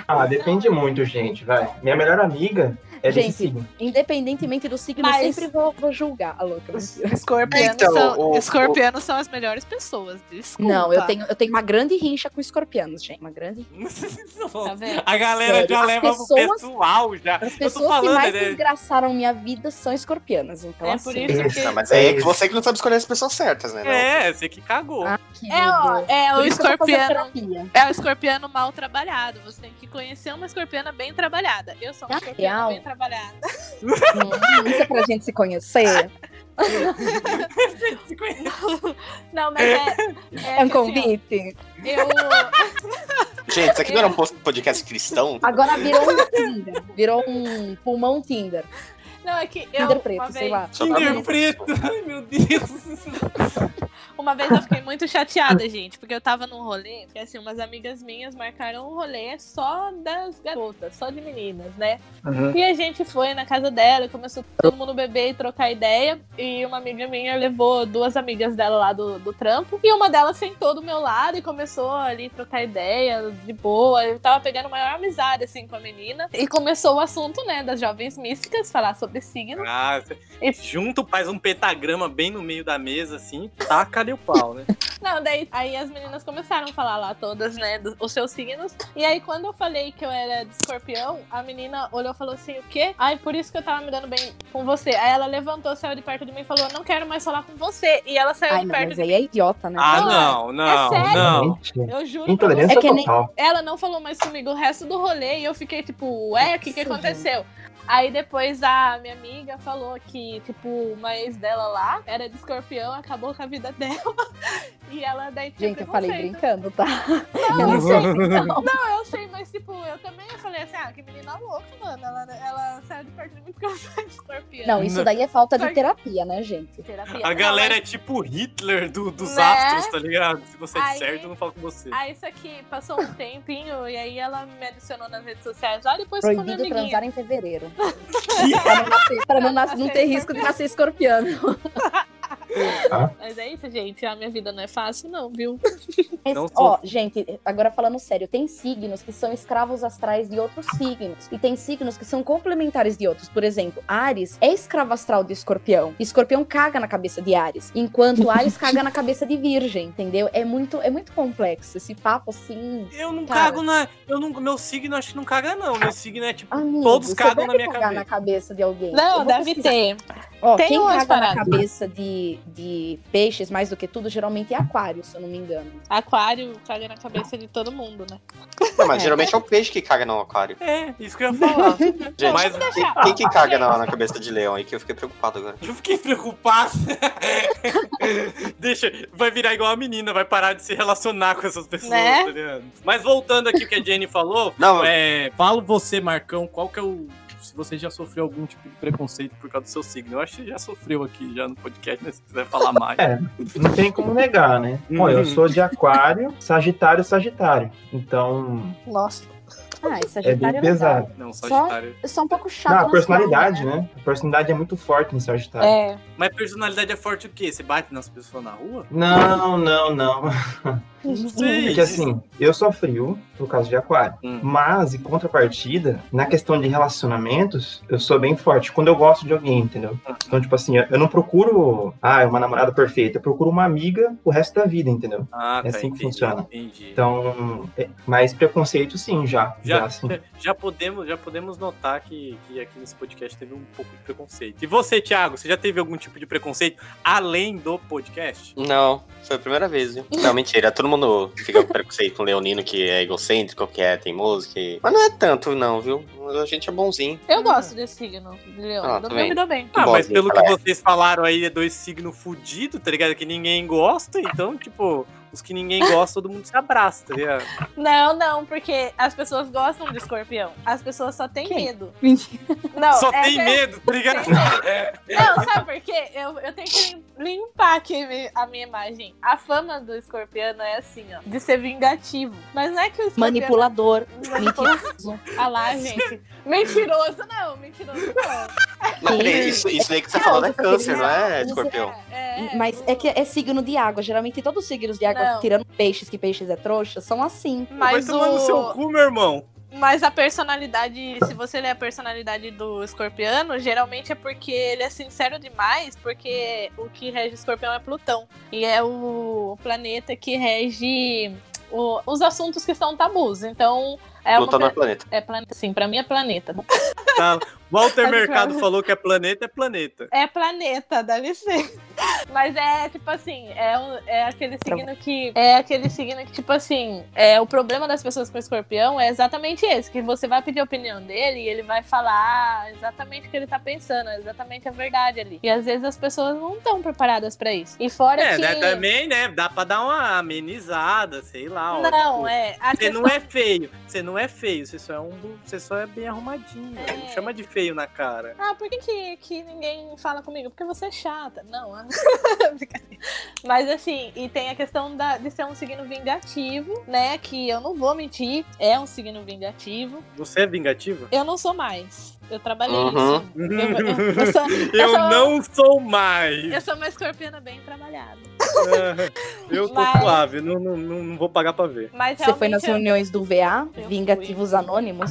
Ah, depende muito, gente, vai. Minha melhor amiga é desse
Gente,
signo.
independentemente do signo, eu
Mas-
sempre vou, vou julgar a louca. mentira.
Escorpianos,
Então,
são,
o-
escorpianos são as melhores pessoas. Desculpa.
Não, eu tenho, eu tenho uma grande rincha com escorpianos, gente. Uma grande
Tá vendo?
A galera
Sério,
já
as
leva pro
pessoas-
pessoal já.
As
Eu tô
pessoas que
falando,
mais
né?
desgraçaram minha vida são escorpianas, então
É
assim.
por isso que-
Não, mas aí é que você que não sabe escolher as pessoas certas, né? Não.
É, você que cagou.
Ah.
É, ó, é
Por
o
isso que eu tô fazendo
escorpiano. É o escorpiano mal trabalhado. Você tem que conhecer uma escorpiana bem trabalhada. Eu sou uma
Na
escorpiana
real.
bem trabalhada.
Hum, Isso é pra gente se conhecer.
Não, mas é.
É, um
que assim, ó,
convite.
eu.
Gente, isso aqui não era um post- podcast cristão?
É Agora virou um Tinder. Virou um pulmão Tinder.
Não, é que
Tinder
eu. uma
preto,
vez,
sei lá.
Tinder
preto. Ai, meu Deus.
Uma vez eu fiquei muito chateada, gente, porque eu tava num rolê, que assim, umas amigas minhas marcaram um rolê só das garotas, só de meninas, né?
Uhum.
E a gente foi na casa dela, e começou todo mundo beber e trocar ideia. E uma amiga minha levou duas amigas dela lá do, do trampo. E uma delas sentou do meu lado e começou ali a trocar ideia de boa. Eu tava pegando maior amizade, assim, com a menina. E começou o assunto, né, das jovens místicas, falar sobre sobre signo.
Ah, junto, faz um pentagrama bem no meio da mesa, assim, taca ali o pau, né?
Não, daí aí as meninas começaram a falar lá todas, né, do- os seus signos. E aí quando eu falei que eu era de escorpião, a menina olhou e falou assim, o quê? Ai, por isso que eu tava me dando bem com você. Aí ela levantou, saiu de perto de mim e falou, não quero mais falar com você. E ela saiu
Ai,
de
não,
perto
mas
de Então,
aí é idiota, né?
Ah, não, não, não.
Eu juro.
Intolerância
É
pra você.
total.
Ela não falou mais comigo o resto do rolê e eu fiquei tipo, ué, o que, que aconteceu? Aí depois a minha amiga falou que, tipo, uma ex dela lá era de escorpião, acabou com a vida dela. E ela daí tinha
Gente, eu falei
preconceito.
brincando, tá?
Não, eu sei. Não.
não.
eu sei, mas tipo, eu também falei assim, ah, que menina louca, mano. Ela, ela saiu de perto de mim por causa de escorpião.
Não, isso daí é falta de
Porque-
terapia, né, gente?
Terapia.
A galera é tipo Hitler do- dos
Né?
astros, tá ligado? Se você é
Aí-
certo, eu não falo com você.
Ah, isso aqui passou um tempinho e aí ela me adicionou nas redes sociais. Ah, depois ficou minha
Proibido
amiguinha.
transar em fevereiro. pra não, nascer- pra não
Tá
nas- não ter risco de nascer escorpiano.
Mas é isso, gente. A minha vida não é fácil, não, viu?
Mas,
Não
ó,
sou.
gente, agora falando sério, tem signos que são escravos astrais de outros signos. E tem signos que são complementares de outros. Por exemplo, Ares é escravo astral de escorpião. Escorpião caga na cabeça de Ares. Enquanto Ares caga na cabeça de Virgem, entendeu? É muito, é muito complexo esse papo, assim.
Eu não cago na. Eu não, meu signo acho que não caga, não. Meu signo é tipo.
Amigo,
todos
você deve
cagam na minha
cagar
cabeça.
na cabeça de alguém.
Não,
Eu vou
deve
pesquisar.
ter.
Ó,
Tem
quem
umas
caga na
paradas.
cabeça de, de peixes, mais do que tudo, geralmente é aquário, se eu não me engano.
Aquário caga na cabeça de todo mundo, né?
Não, mas geralmente é o peixe que caga no aquário.
É, isso que eu ia falar.
Gente,
Mas-
quem, quem que caga na, na cabeça de leão aí que eu fiquei preocupado agora?
Eu fiquei preocupado. Deixa, vai virar igual a menina, vai parar de se relacionar com essas pessoas,
Né?
tá ligado? Mas voltando aqui o que a Jenny falou, não, é, fala você, Marcão, qual que é o. Se você já sofreu algum tipo de preconceito por causa do seu signo. Eu acho que já sofreu aqui já no podcast, né? Se quiser falar mais.
É, não tem como negar, né? Bom, eu sou de aquário, sagitário, sagitário. Então,
Nossa. Ah, esse
É bem
Sagitário
pesado.
Não,
Só,
Sagitário.
só um pouco chato.
não, a
nas
personalidade, né? A personalidade é muito forte em
Ah.
sagitário.
É,
Mas personalidade é forte o quê? Você bate nas pessoas na rua?
Não, não, não.
sei. Hum.
É que assim, eu sou frio no caso de aquário. Mas, em contrapartida, na questão de relacionamentos, eu sou bem forte. Quando eu gosto de alguém, entendeu? Então, tipo assim, eu não procuro, ah, uma namorada perfeita. Eu procuro uma amiga o resto da vida, entendeu?
Ah,
é
tá,
assim que
entendi,
funciona.
entendi.
Então, é, mas preconceito sim, já. Já,
Já,
sim.
já, podemos, já podemos notar que, que aqui nesse podcast teve um pouco de preconceito. E você, Thiago, você já teve algum tipo de preconceito além do podcast?
Não, foi a primeira vez, viu? Não, mentira. Todo mundo fica com preconceito com leonino que é egocêntrico, que é teimoso, que... Mas não é tanto, não, viu? A gente é bonzinho.
Eu gosto desse signo, de leão.
Ah,
Eu
tá
me
bem.
dou bem.
Ah, mas
Bom,
pelo que
galera.
vocês falaram aí, é dois signos fudidos, tá ligado? Que ninguém gosta, então, tipo, os que ninguém gosta, todo mundo se abraça, tá ligado?
Não, não, porque as pessoas gostam de escorpião. As pessoas só têm medo.
Mentira.
Não,
Só
é
tem
que-
medo, tá ligado?
Não, sabe por quê? Eu, eu tenho que lim- limpar aqui mi- a minha imagem. A fama do escorpiano é assim, ó, de ser vingativo. Mas não é que o escorpião...
Manipulador.
Mentiroso. Ah lá, gente. Mentiroso não, mentiroso não.
Não, peraí, isso, isso aí que você
Não,
falou é
você
câncer,
tem-
não é,
você-
escorpião?
Mas é que é signo de água. Geralmente todos os signos de água,
Não.
tirando peixes, que peixes é trouxa, são assim.
Mas
Vai tomar no seu
o...
cu, meu irmão.
Mas a personalidade, se você ler a personalidade do escorpiano, geralmente é porque ele é sincero demais, porque o que rege o escorpião é Plutão. E é o planeta que rege o- os assuntos que são tabus. Então. É
Plutão
uma,
não é planeta.
É planeta, sim, pra mim é planeta.
Tá? Walter
Mas,
Mercado
claro.
falou que é planeta, é planeta.
É planeta, dá licença. Mas é tipo assim, é, um- é aquele signo que. É aquele signo que, tipo assim, é, o problema das pessoas com escorpião é exatamente esse: que você vai pedir a opinião dele e ele vai falar exatamente o que ele tá pensando, exatamente a verdade ali. E às vezes as pessoas não estão preparadas pra isso. E fora
É,
que.
né, também, né? Dá pra dar uma amenizada, sei lá. ó,
Não,
tipo,
é. a
Você não
questão-
é feio, você não é feio, você só é um, bu- você só é bem arrumadinho. Não chama de feio na cara.
Ah, por que, que, que ninguém fala comigo? Porque você é chata. Não, ah. Brincadeira. mas assim, e tem a questão da- de ser um signo vingativo, né? Que eu não vou mentir, é um signo vingativo.
Você é vingativa?
Eu não sou mais. Eu trabalhei
Uhum.
isso. Eu, eu- eu sou-
Eu
sou-
não sou mais. É,
Eu sou uma escorpiana bem trabalhada.
Eu tô
Mas-
suave, não, não, não, não vou pagar pra ver.
Mas
Você foi nas
realmente eu-
reuniões do VA, Vingativos Anônimos?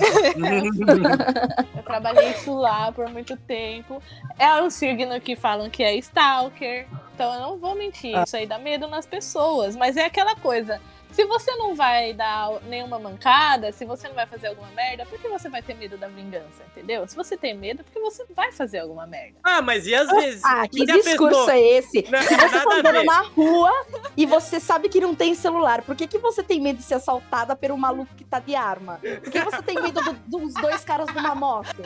Eu trabalhei isso lá por muito tempo. É um signo que falam que é stalker. Então eu não vou mentir,
Ah.
isso aí dá medo nas pessoas. Mas é aquela coisa. Se você não vai dar nenhuma mancada, se você não vai fazer alguma merda, por que você vai ter medo da vingança, entendeu? Se você tem medo, é porque você vai fazer alguma merda.
Ah, mas e às vezes?
Ah, que
Mas e a
discurso
pessoa-
é esse?
Não,
Se você
nada
tá
a
andando
ver.
na rua e você sabe que não tem celular, por que, que você tem medo de ser assaltada por um maluco que tá de arma? Por que você tem medo do- dos dois caras numa moto?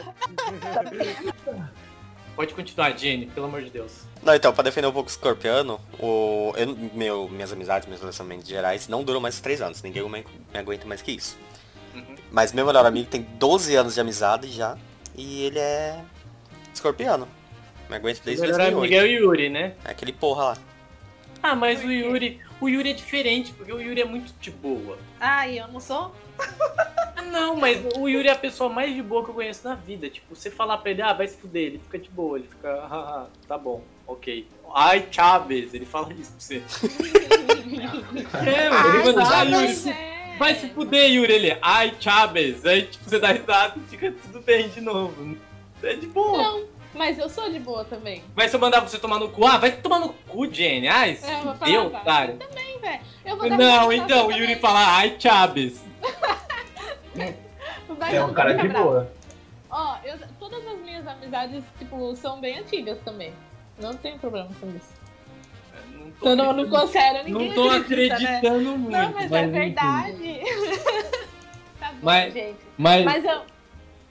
Pode continuar, Jenny, pelo amor de Deus. Não, então, pra defender um pouco o escorpiano, o, eu- meu, minhas amizades, meus relacionamentos gerais não duram mais que três anos. Ninguém me, me aguenta mais que isso.
Uhum.
Mas meu melhor amigo tem 12 anos de amizade já, e ele é escorpiano. Me aguenta desde
O melhor
2008.
amigo é o Yuri, né?
É aquele porra lá.
Ah, mas o Yuri. O Yuri é diferente, porque o Yuri é muito de boa.
Ai, eu não sou?
Não, mas o Yuri é a pessoa mais de boa que eu conheço na vida. Tipo, você falar pra ele, ah, vai se fuder, ele fica de boa, ele fica, ah, ah, ah, tá bom, ok. Ai, Chaves, ele fala isso pra você. é, mano, ele manda, ah, Yuri,
é.
vai se fuder, Yuri, ele, ai, Chaves. Aí, tipo, você dá risada e fica tudo bem de novo. É de boa.
Não, mas eu sou de boa também.
Mas se eu mandar você tomar no cu, ah, vai tomar no cu, Jenny. Ai, se
É, eu vou
fudeu,
falar,
otário.
Também, velho. Eu vou dar
Não,
risada
então, o
também.
Yuri fala, ai, Chaves.
Vai
É um
dar
cara de
risada.
boa.
Ó, eu, todas as minhas amizades, tipo, são bem antigas também. Não tem problema com isso. Então, Todo mundo ficou sério, ninguém
Não tô
acredita, né?
acreditando muito.
Não, mas, é
enfim.
verdade. tá bom,
Mas-
gente.
mas-
eu,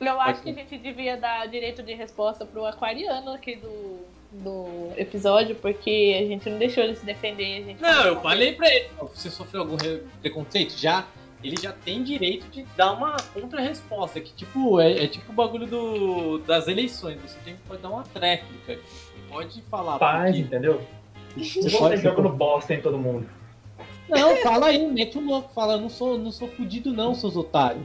eu acho que a
Pode-
gente devia dar direito de resposta pro aquariano aqui do, do episódio, porque a gente não deixou ele se defender. A gente
Não, eu falei pra ele, "Ó, você sofreu algum re- preconceito? Já? Ele já tem direito de dar uma contra-resposta, que tipo, é, é tipo o bagulho do, das eleições, você tem, pode dar uma tréplica, você pode falar...
Paz,
porque-
entendeu?
Você
Você
pode-
joga jogando bosta em todo mundo.
Não, fala aí, mete o louco, fala, eu não sou, não sou fudido não, seus otários.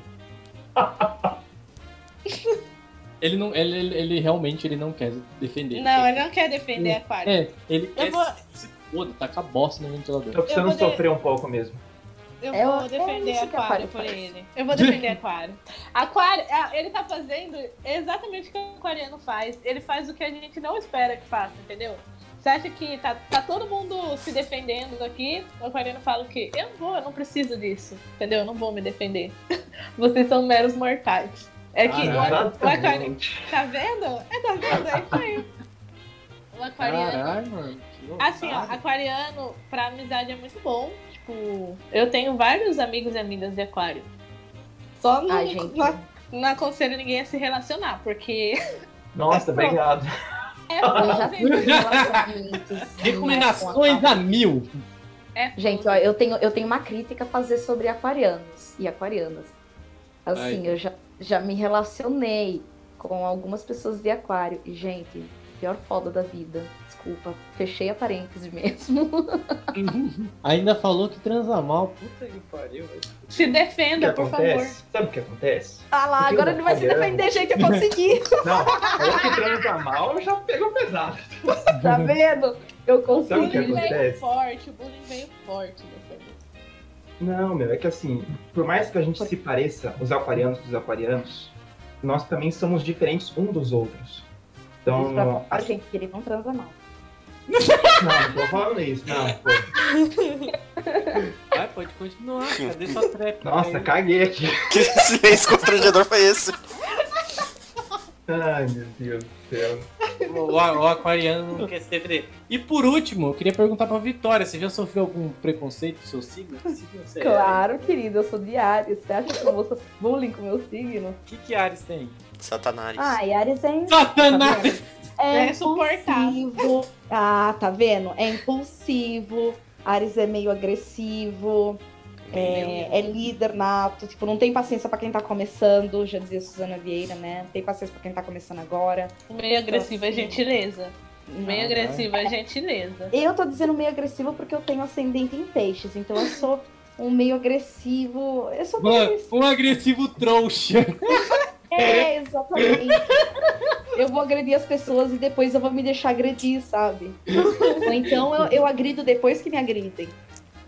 ele, não, ele, ele, ele realmente ele não quer defender.
Não, ele não quer defender
Hum.
É,
aquário.
É, ele
Eu
quer
vou,
se foda, taca a bosta no ventilador.
Tô precisando
vou de-
sofrer um pouco mesmo.
Eu
É,
vou
é
defender
isso que
Aquário
Aquário
por
faz.
ele. Eu vou defender Aquário. Aquário, ah, ele tá fazendo exatamente o que o aquariano faz. Ele faz o que a gente não espera que faça, entendeu? Você acha que tá, tá todo mundo se defendendo aqui? O aquariano fala o quê? Eu não vou, eu não preciso disso, entendeu? Eu não vou me defender. Vocês são meros mortais. É que o, o aquariano... Tá vendo? É, tá vendo? É isso aí. O aquariano...
Caralho, mano. que
Assim, ó,
otário.
aquariano pra amizade é muito bom. Tipo, eu tenho vários amigos e amigas de aquário. Só não,
Ai, gente.
não, não aconselho ninguém a se relacionar, porque
Nossa, obrigado.
é
Eu já um tive
foda.
relacionamentos.
Recomendações a mil.
É
né, Gente, ó, eu tenho, eu tenho uma crítica a fazer sobre aquarianos e aquarianas. Assim,
Ai.
eu já, já me relacionei com algumas pessoas de aquário. E, gente, pior foda da vida. Desculpa, fechei a parênteses mesmo.
Ainda falou que transa mal. Puta que pariu, velho.
se
O que
defenda, por favor.
acontece? Sabe o que acontece?
Ah lá, agora ele vai se defender, gente, eu consegui.
Não, eu que transa mal já pegou pesado.
Tá vendo?
Sabe
Eu
o que
consegui.
Bullying veio
acontece?
forte, o bullying veio forte dessa vez.
Não, meu, é que assim, por mais que a gente se pareça, os aquarianos com os aquarianos, nós também somos diferentes um dos outros.
Isso
tá
pra
Então,
falar,
assim,
gente, que ele não transa mal.
não, não tô falando isso, não. pô.
Vai, pode continuar. Cadê sua trap?
Nossa, caguei aqui.
Que silêncio constrangedor foi esse?
Ai, meu Deus do céu.
O, o aquariano não quer se defender. E por último, eu queria perguntar pra Vitória, você já sofreu algum preconceito do seu signo? Que signo você é?
Claro, querida, eu sou de Ares. Você acha que eu vou sofrer bullying com o meu signo?
O que, que Ares tem?
Satanás.
Ah,
Ai, Ares é
Satanás!
É
É insuportável.
impulsivo. Ah, tá vendo? É impulsivo. Ares é meio agressivo. É, é líder nato. Tipo, não tem paciência pra quem tá começando. Já dizia Suzana Vieira, né? Não tem paciência pra quem tá começando agora.
Meio agressiva é gentileza. Meio
Ah,
Não,
agressiva é gentileza.
Eu tô dizendo meio agressivo porque eu tenho ascendente em peixes. Então eu sou um meio agressivo. Eu sou meio
Mano, um agressivo trouxa.
É, exatamente. Eu vou agredir as pessoas e depois eu vou me deixar agredir, sabe? Ou então eu, eu agrido depois que me agridem.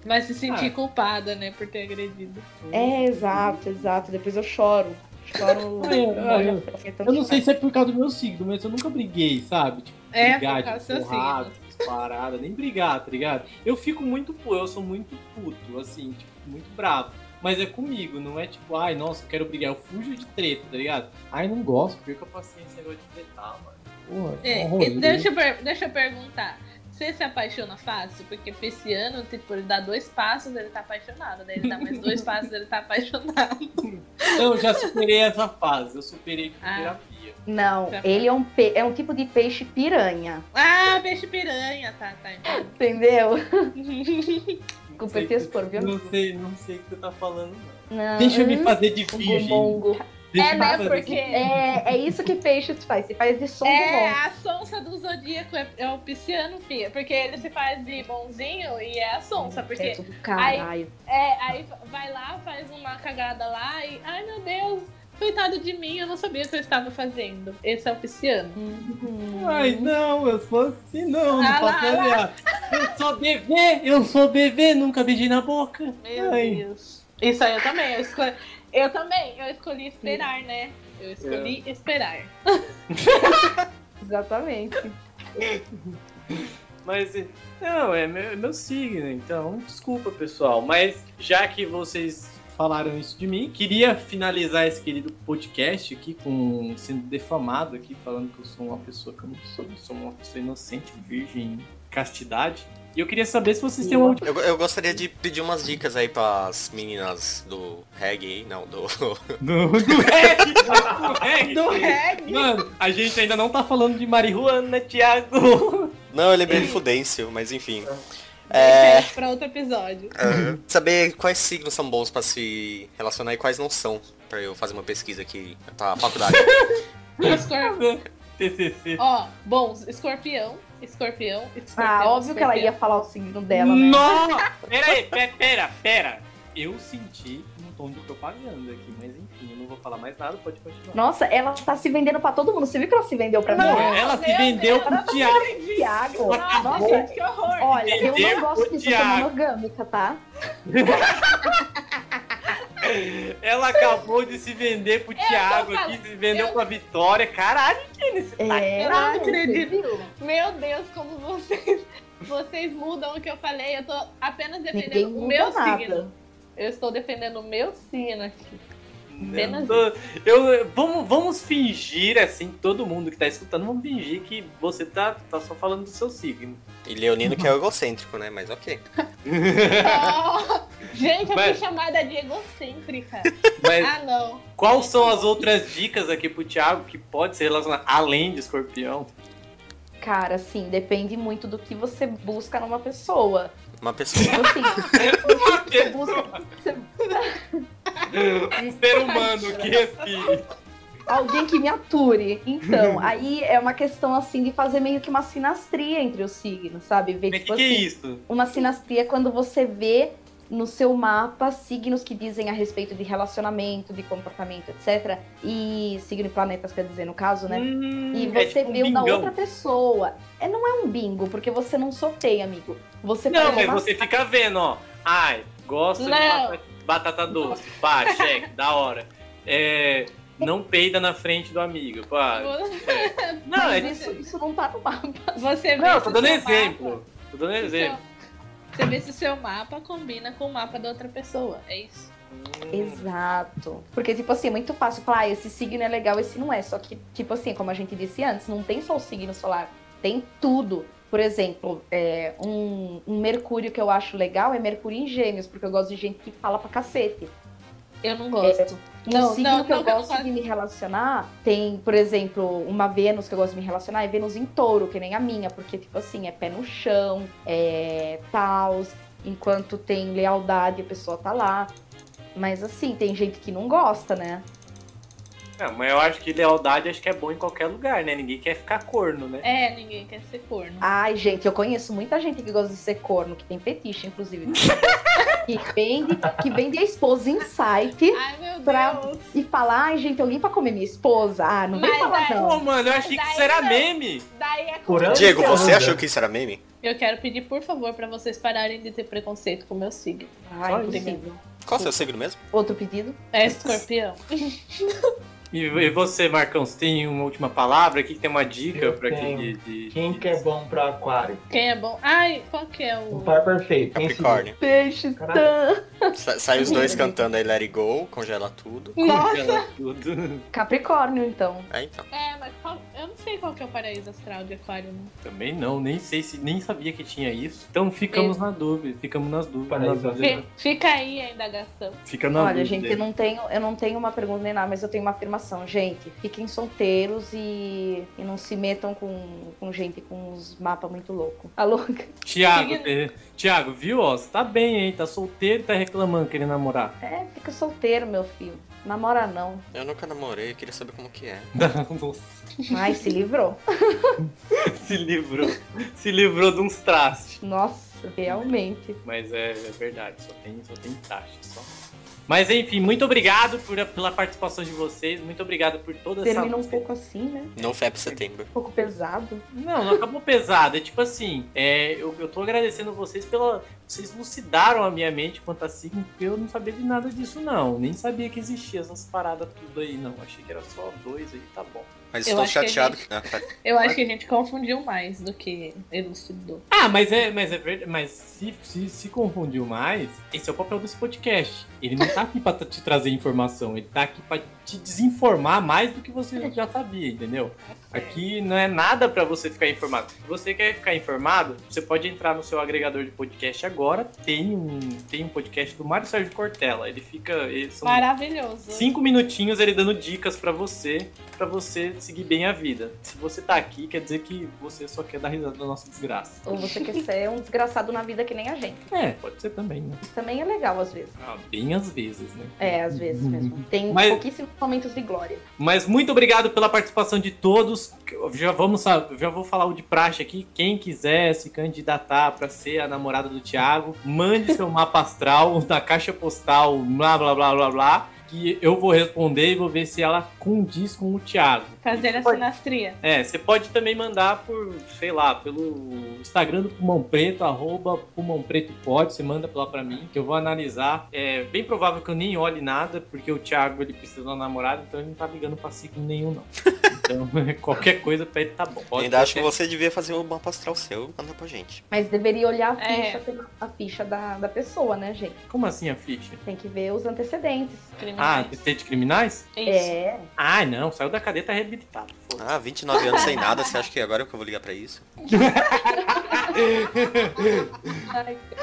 Mas se
Ah.
sentir culpada, né, por ter agredido.
É, exato, exato. Depois eu choro. Choro.
Ai, ai,
molho
eu-
a feta no
Eu não sei
chão.
se é por causa do meu signo, mas eu nunca briguei, sabe? Tipo,
É,
brigar
por causa né? do
de
assim,
seu
porrada, parada, nem brigar, tá ligado? Eu fico muito, pu- eu sou muito puto, assim, tipo, muito bravo. Mas é comigo, não é tipo, ai, nossa, eu quero brigar, eu fujo de treta, tá ligado? Ai, não gosto, perco a paciência agora de tretar, mano. Porra,
É,
é um rolê.
e deixa, eu per- deixa eu perguntar. Você se apaixona fácil? Porque pisciano, tipo, ele dá dois passos, ele tá apaixonado. Daí ele dá mais dois passos, ele tá apaixonado.
Não, Então, eu já superei essa fase, eu superei com
Ah.
terapia.
Não, ele é um, pe- é um tipo de peixe piranha.
Ah, peixe piranha, tá, tá. entendi.
Entendeu?
Não
Desculpa
sei,
eu te expor, viu?
Não sei, não sei o que você tá falando, não.
Não.
Deixa eu me fazer de
Bongo,
virgem.
bongo.
né,
Deixa eu me fazer de
É, é isso que peixe faz, se faz de um som
É,
do
a sonsa do zodíaco é, é o pisciano, filha. Porque ele se faz de bonzinho e é a sonsa. Porque
do caralho.
Aí, é, aí vai lá, faz uma cagada lá e. Ai meu Deus, coitado de mim, eu não sabia o que eu estava fazendo. Esse é o pisciano.
Ai, não, eu sou assim, não, não
Uhum. Ah, lá,
posso
lá.
olhar. Eu sou bebê, eu sou bebê, nunca beijei na boca.
Meu Deus. Isso aí eu também, eu escolhi. Eu também, eu escolhi esperar, né? Eu escolhi
É.
esperar.
Exatamente.
Mas, é- não, é meu, é meu signo, então, desculpa, pessoal. Mas, já que vocês falaram isso de mim, queria finalizar esse querido podcast aqui com sendo defamado aqui, falando que eu sou uma pessoa que eu não sou, eu sou uma pessoa inocente, virgem, castidade. E eu queria saber se vocês têm um uma última...
Eu, eu gostaria de pedir umas dicas aí pras meninas do reggae, não, do.
Do, reggae! Do
é?
reggae! Mano, a gente ainda não tá falando de marihuana, Thiago!
Não, eu lembrei de Fudêncio, mas enfim.
É.
É.
Pra outro episódio.
aham. Saber quais signos são bons pra se relacionar e quais não são. Pra eu fazer uma pesquisa aqui pra faculdade.
Escorpião.
TCC.
Ó, bons, escorpião, escorpião, escorpião.
Ah, óbvio que ela ia
escorpião.
falar o signo dela, né?
Pera aí, pe- pera, pera. Eu senti um tom de propaganda aqui, mas enfim, eu não vou falar mais nada, pode continuar.
Nossa, ela tá se vendendo pra todo mundo. Você viu que ela se vendeu pra
Não,
mim?
ela se vendeu pro Thiago.
Thiago.
Nossa,
Nossa,
gente,
que horror.
Olha, eu
Vendeu
não gosto
pro
disso, eu sou
Thiago.
monogâmica, tá?
Ela acabou de se vender pro Thiago aqui, se vendeu pra Vitória. Caralho, Kenny, você
É.
tá
Eu não
caralho,
acredito. Meu Deus, como vocês, vocês mudam o que eu falei. Eu tô apenas
Ninguém
defendendo o
muda
meu
nada.
signo. Eu estou defendendo o meu signo aqui. Apenas
Tô- Eu, vamos, vamos fingir, assim, todo mundo que tá escutando, vamos fingir que você tá, tá só falando do seu signo.
E Leonino que é egocêntrico, né? Mas ok.
Oh, Gente, eu
Mas-
fui chamada de egocêntrica.
Mas-
Ah, não.
Quais são as outras dicas aqui pro Thiago que pode se relacionar além de escorpião?
Cara, assim, depende muito do que você busca numa pessoa. Então, assim,
Uma pessoa.
Você busca
um ser humano que
É
respire.
tipo alguém que me ature. Então, aí é uma questão, assim, de fazer meio que uma sinastria entre os signos, sabe? Ver,
Mas o
tipo,
que, que é
assim,
isso?
Uma sinastria é quando você vê no seu mapa signos que dizem a respeito de relacionamento, de comportamento, etc. E signo e planetas, quer dizer, no caso, né? e
é
você
tipo um
vê o da
bingão.
outra pessoa. É, não é um bingo, porque você não sorteia, amigo. Você
Não,
faz
mas
uma-
você fica vendo, ó. Ai, gosto de
Não.
batata, batata doce. Pá, cheque, da hora. É, não peida na frente do amigo. Pá. Não,
Mas
é-
isso, isso não tá no mapa.
Você vê
Não,
se o
tô
um
dando
seu
exemplo. Tô dando exemplo.
Você vê se o seu mapa combina com o mapa da outra pessoa. É isso.
Exato. Porque, tipo assim, é muito fácil falar, ah, esse signo é legal, esse não é. Só que, tipo assim, como a gente disse antes, não tem só o signo solar, tem tudo. Por exemplo, é, um, um Mercúrio que eu acho legal é Mercúrio em Gêmeos, porque eu gosto de gente que fala pra cacete.
Eu não gosto.
Um
Não,
signo
não,
que eu
não,
gosto de me relacionar tem, por exemplo, uma Vênus que eu gosto de me relacionar é Vênus em touro, que nem a minha, porque, tipo assim, é pé no chão, é paus, enquanto tem lealdade, a pessoa tá lá. Mas assim, tem gente que não gosta, né?
Não, mas eu acho que lealdade acho que é bom em qualquer lugar, né? Ninguém quer ficar corno, né?
É, ninguém quer ser corno.
Ai, gente, eu conheço muita gente que gosta de ser corno, que tem fetiche, inclusive. que vende, que vende a esposa em site
Ah,
pra, e falar, ai, gente, alguém pra comer minha esposa. Ah, não vem
Mas
falar
é-
não.
Pô, mano, eu achei que isso era
não.
meme.
Daí é
Por
complicado.
Diego, você achou que isso era meme?
Eu quero pedir, por favor, pra vocês pararem de ter preconceito com o meu signo.
Ai,
Obrigada.
Qual seu signo mesmo?
Outro pedido?
É escorpião.
E, e você, Marcão, você tem uma última palavra aqui? Tem uma dica pra quem. De, de-
Quem que é bom pra aquário?
Quem é bom? Ai, qual que é
O
o...
par perfeito. Capricórnio.
Peixe tan.
Sa- sai os dois cantando aí Let It Go, congela tudo.
Nossa.
Congela tudo.
Capricórnio, então.
É, então.
É, mas qual- eu não sei qual que é o paraíso astral de aquário, né?
Também não, nem sei se nem sabia que tinha isso. Então ficamos na dúvida, ficamos nas dúvidas. nas dúvidas.
Fi- Fica aí a indagação.
Fica na
Olha,
dúvida.
gente, eu não, tenho, eu não tenho uma pergunta nem nada, mas eu tenho uma afirmação. Gente, fiquem solteiros e, e não se metam com, com gente com uns mapas muito Tá loucos. Alô?
Tiago, eh, Tiago, viu? Ó, você tá bem, hein? Tá solteiro e tá reclamando, querendo namorar.
É, fica solteiro, meu filho. Namora não.
Eu nunca namorei, eu queria saber como que é.
Ai, se livrou.
se livrou. Se livrou de uns trastes.
Nossa, realmente.
Mas é, é verdade, só tem, só tem taxa. Só. Mas enfim, muito obrigado por, pela participação de vocês. Muito obrigado por toda
Termina
essa.
um pouco assim, né?
No FAP setembro.
Um pouco pesado.
Não, não acabou pesado. É tipo assim, é, eu, eu tô agradecendo vocês pela. Vocês lucidaram a minha mente quanto a signo, porque eu não sabia de nada disso, não. Nem sabia que existia essas paradas tudo aí, não. Achei que era só dois aí, tá bom.
Mas
Eu
estou
acho que a
chateado.
gente-
que- Ah, tá.
Eu acho que a gente confundiu mais do que elucidou.
Ah, mas é, mas é verdade. Mas se, se, se confundiu mais, esse é o papel desse podcast. Ele não tá aqui pra te trazer informação, ele tá aqui pra te desinformar mais do que você já sabia, entendeu? Aqui não é nada pra você ficar informado. Se você quer ficar informado, você pode entrar no seu agregador de podcast agora. Tem um, tem um podcast do Mário Sérgio Cortella. Ele fica. ele- são
Maravilhoso.
cinco minutinhos ele dando dicas pra você, pra você seguir bem a vida. Se você tá aqui, quer dizer que você só quer dar risada da nossa desgraça.
Ou você quer ser um desgraçado na vida que nem a gente.
É, pode ser também, né?
Também é legal às vezes.
Ah, bem às vezes, né?
É, às vezes mesmo. Tem
Mas-
pouquíssimos momentos de glória.
Mas muito obrigado pela participação de todos. Já vamos, sa- já vou falar o de praxe aqui. Quem quiser se candidatar para ser a namorada do Thiago, mande seu mapa astral na caixa postal, blá blá blá blá blá, que eu vou responder e vou ver se ela condiz com o Thiago.
Fazer a sinastria.
É, você pode também mandar por, sei lá, pelo Instagram do Pulmão Preto, arroba Pulmão Preto Pode, você manda lá pra mim, que eu vou analisar. É bem provável que eu nem olhe nada, porque o Thiago, ele precisa de uma namorada, então ele não tá ligando pra signo nenhum, não. Então, qualquer coisa pra ele tá bom. Pode
Ainda acho que
ser.
você devia fazer um mapa astral seu e mandar pra gente.
Mas deveria olhar a ficha, pela- a ficha da, da pessoa, né, gente?
Como assim a ficha?
Tem que ver os antecedentes.
Ah, TT de criminais?
É.
Ah, não, saiu da cadeia, tá reabilitado.
Ah, 29 anos sem nada, você acha que agora é que eu vou ligar pra isso?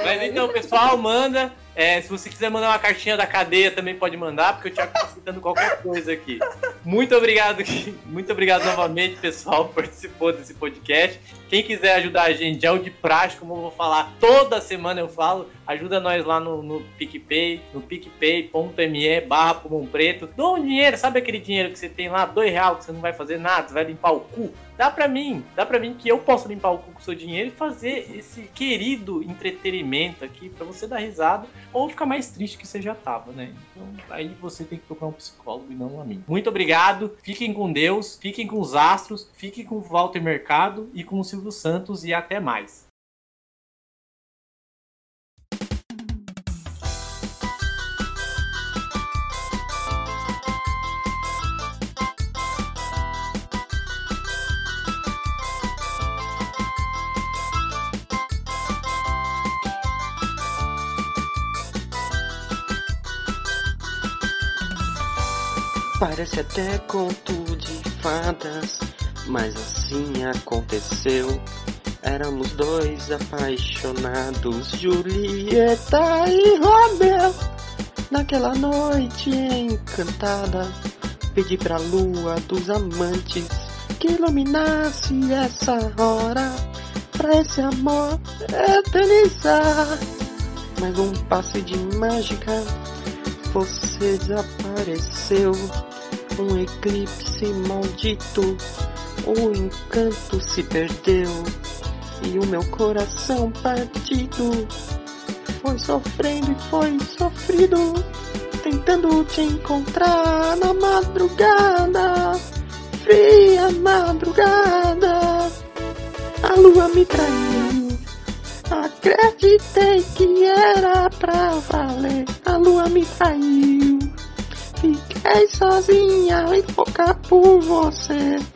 Mas então, pessoal, manda. É, se você quiser mandar uma cartinha da cadeia, também pode mandar, porque o Thiago tá citando qualquer coisa aqui. Muito obrigado, muito obrigado novamente, pessoal, que participou desse podcast. Quem quiser ajudar a gente, é o de praxe, como eu vou falar toda semana, eu falo. Ajuda nós lá no, no PicPay, no picpay.me barra pulmão preto. Dá um dinheiro, sabe aquele dinheiro que você tem lá, dois real, que você não vai fazer nada, você vai limpar o cu? Dá pra mim, dá pra mim que eu posso limpar o cu com o seu dinheiro e fazer esse querido entretenimento aqui pra você dar risada ou ficar mais triste que você já tava, né? Então aí você tem que procurar um psicólogo e não a mim. Muito obrigado, fiquem com Deus, fiquem com os astros, fiquem com o Walter Mercado e com o Silvio Santos e até mais.
Parece até conto de fadas, mas assim aconteceu. Éramos dois apaixonados, Julieta e Romeu. Naquela noite encantada, pedi pra lua dos amantes que iluminasse essa hora, pra esse amor eternizar. Mas um passe de mágica você desapareceu. Um eclipse maldito, o encanto se perdeu. E o meu coração partido
Foi sofrendo e foi sofrido, tentando te encontrar na madrugada, fria madrugada. A lua me traiu, acreditei que era pra valer. A lua me traiu, fiquei sozinha e pouca por você.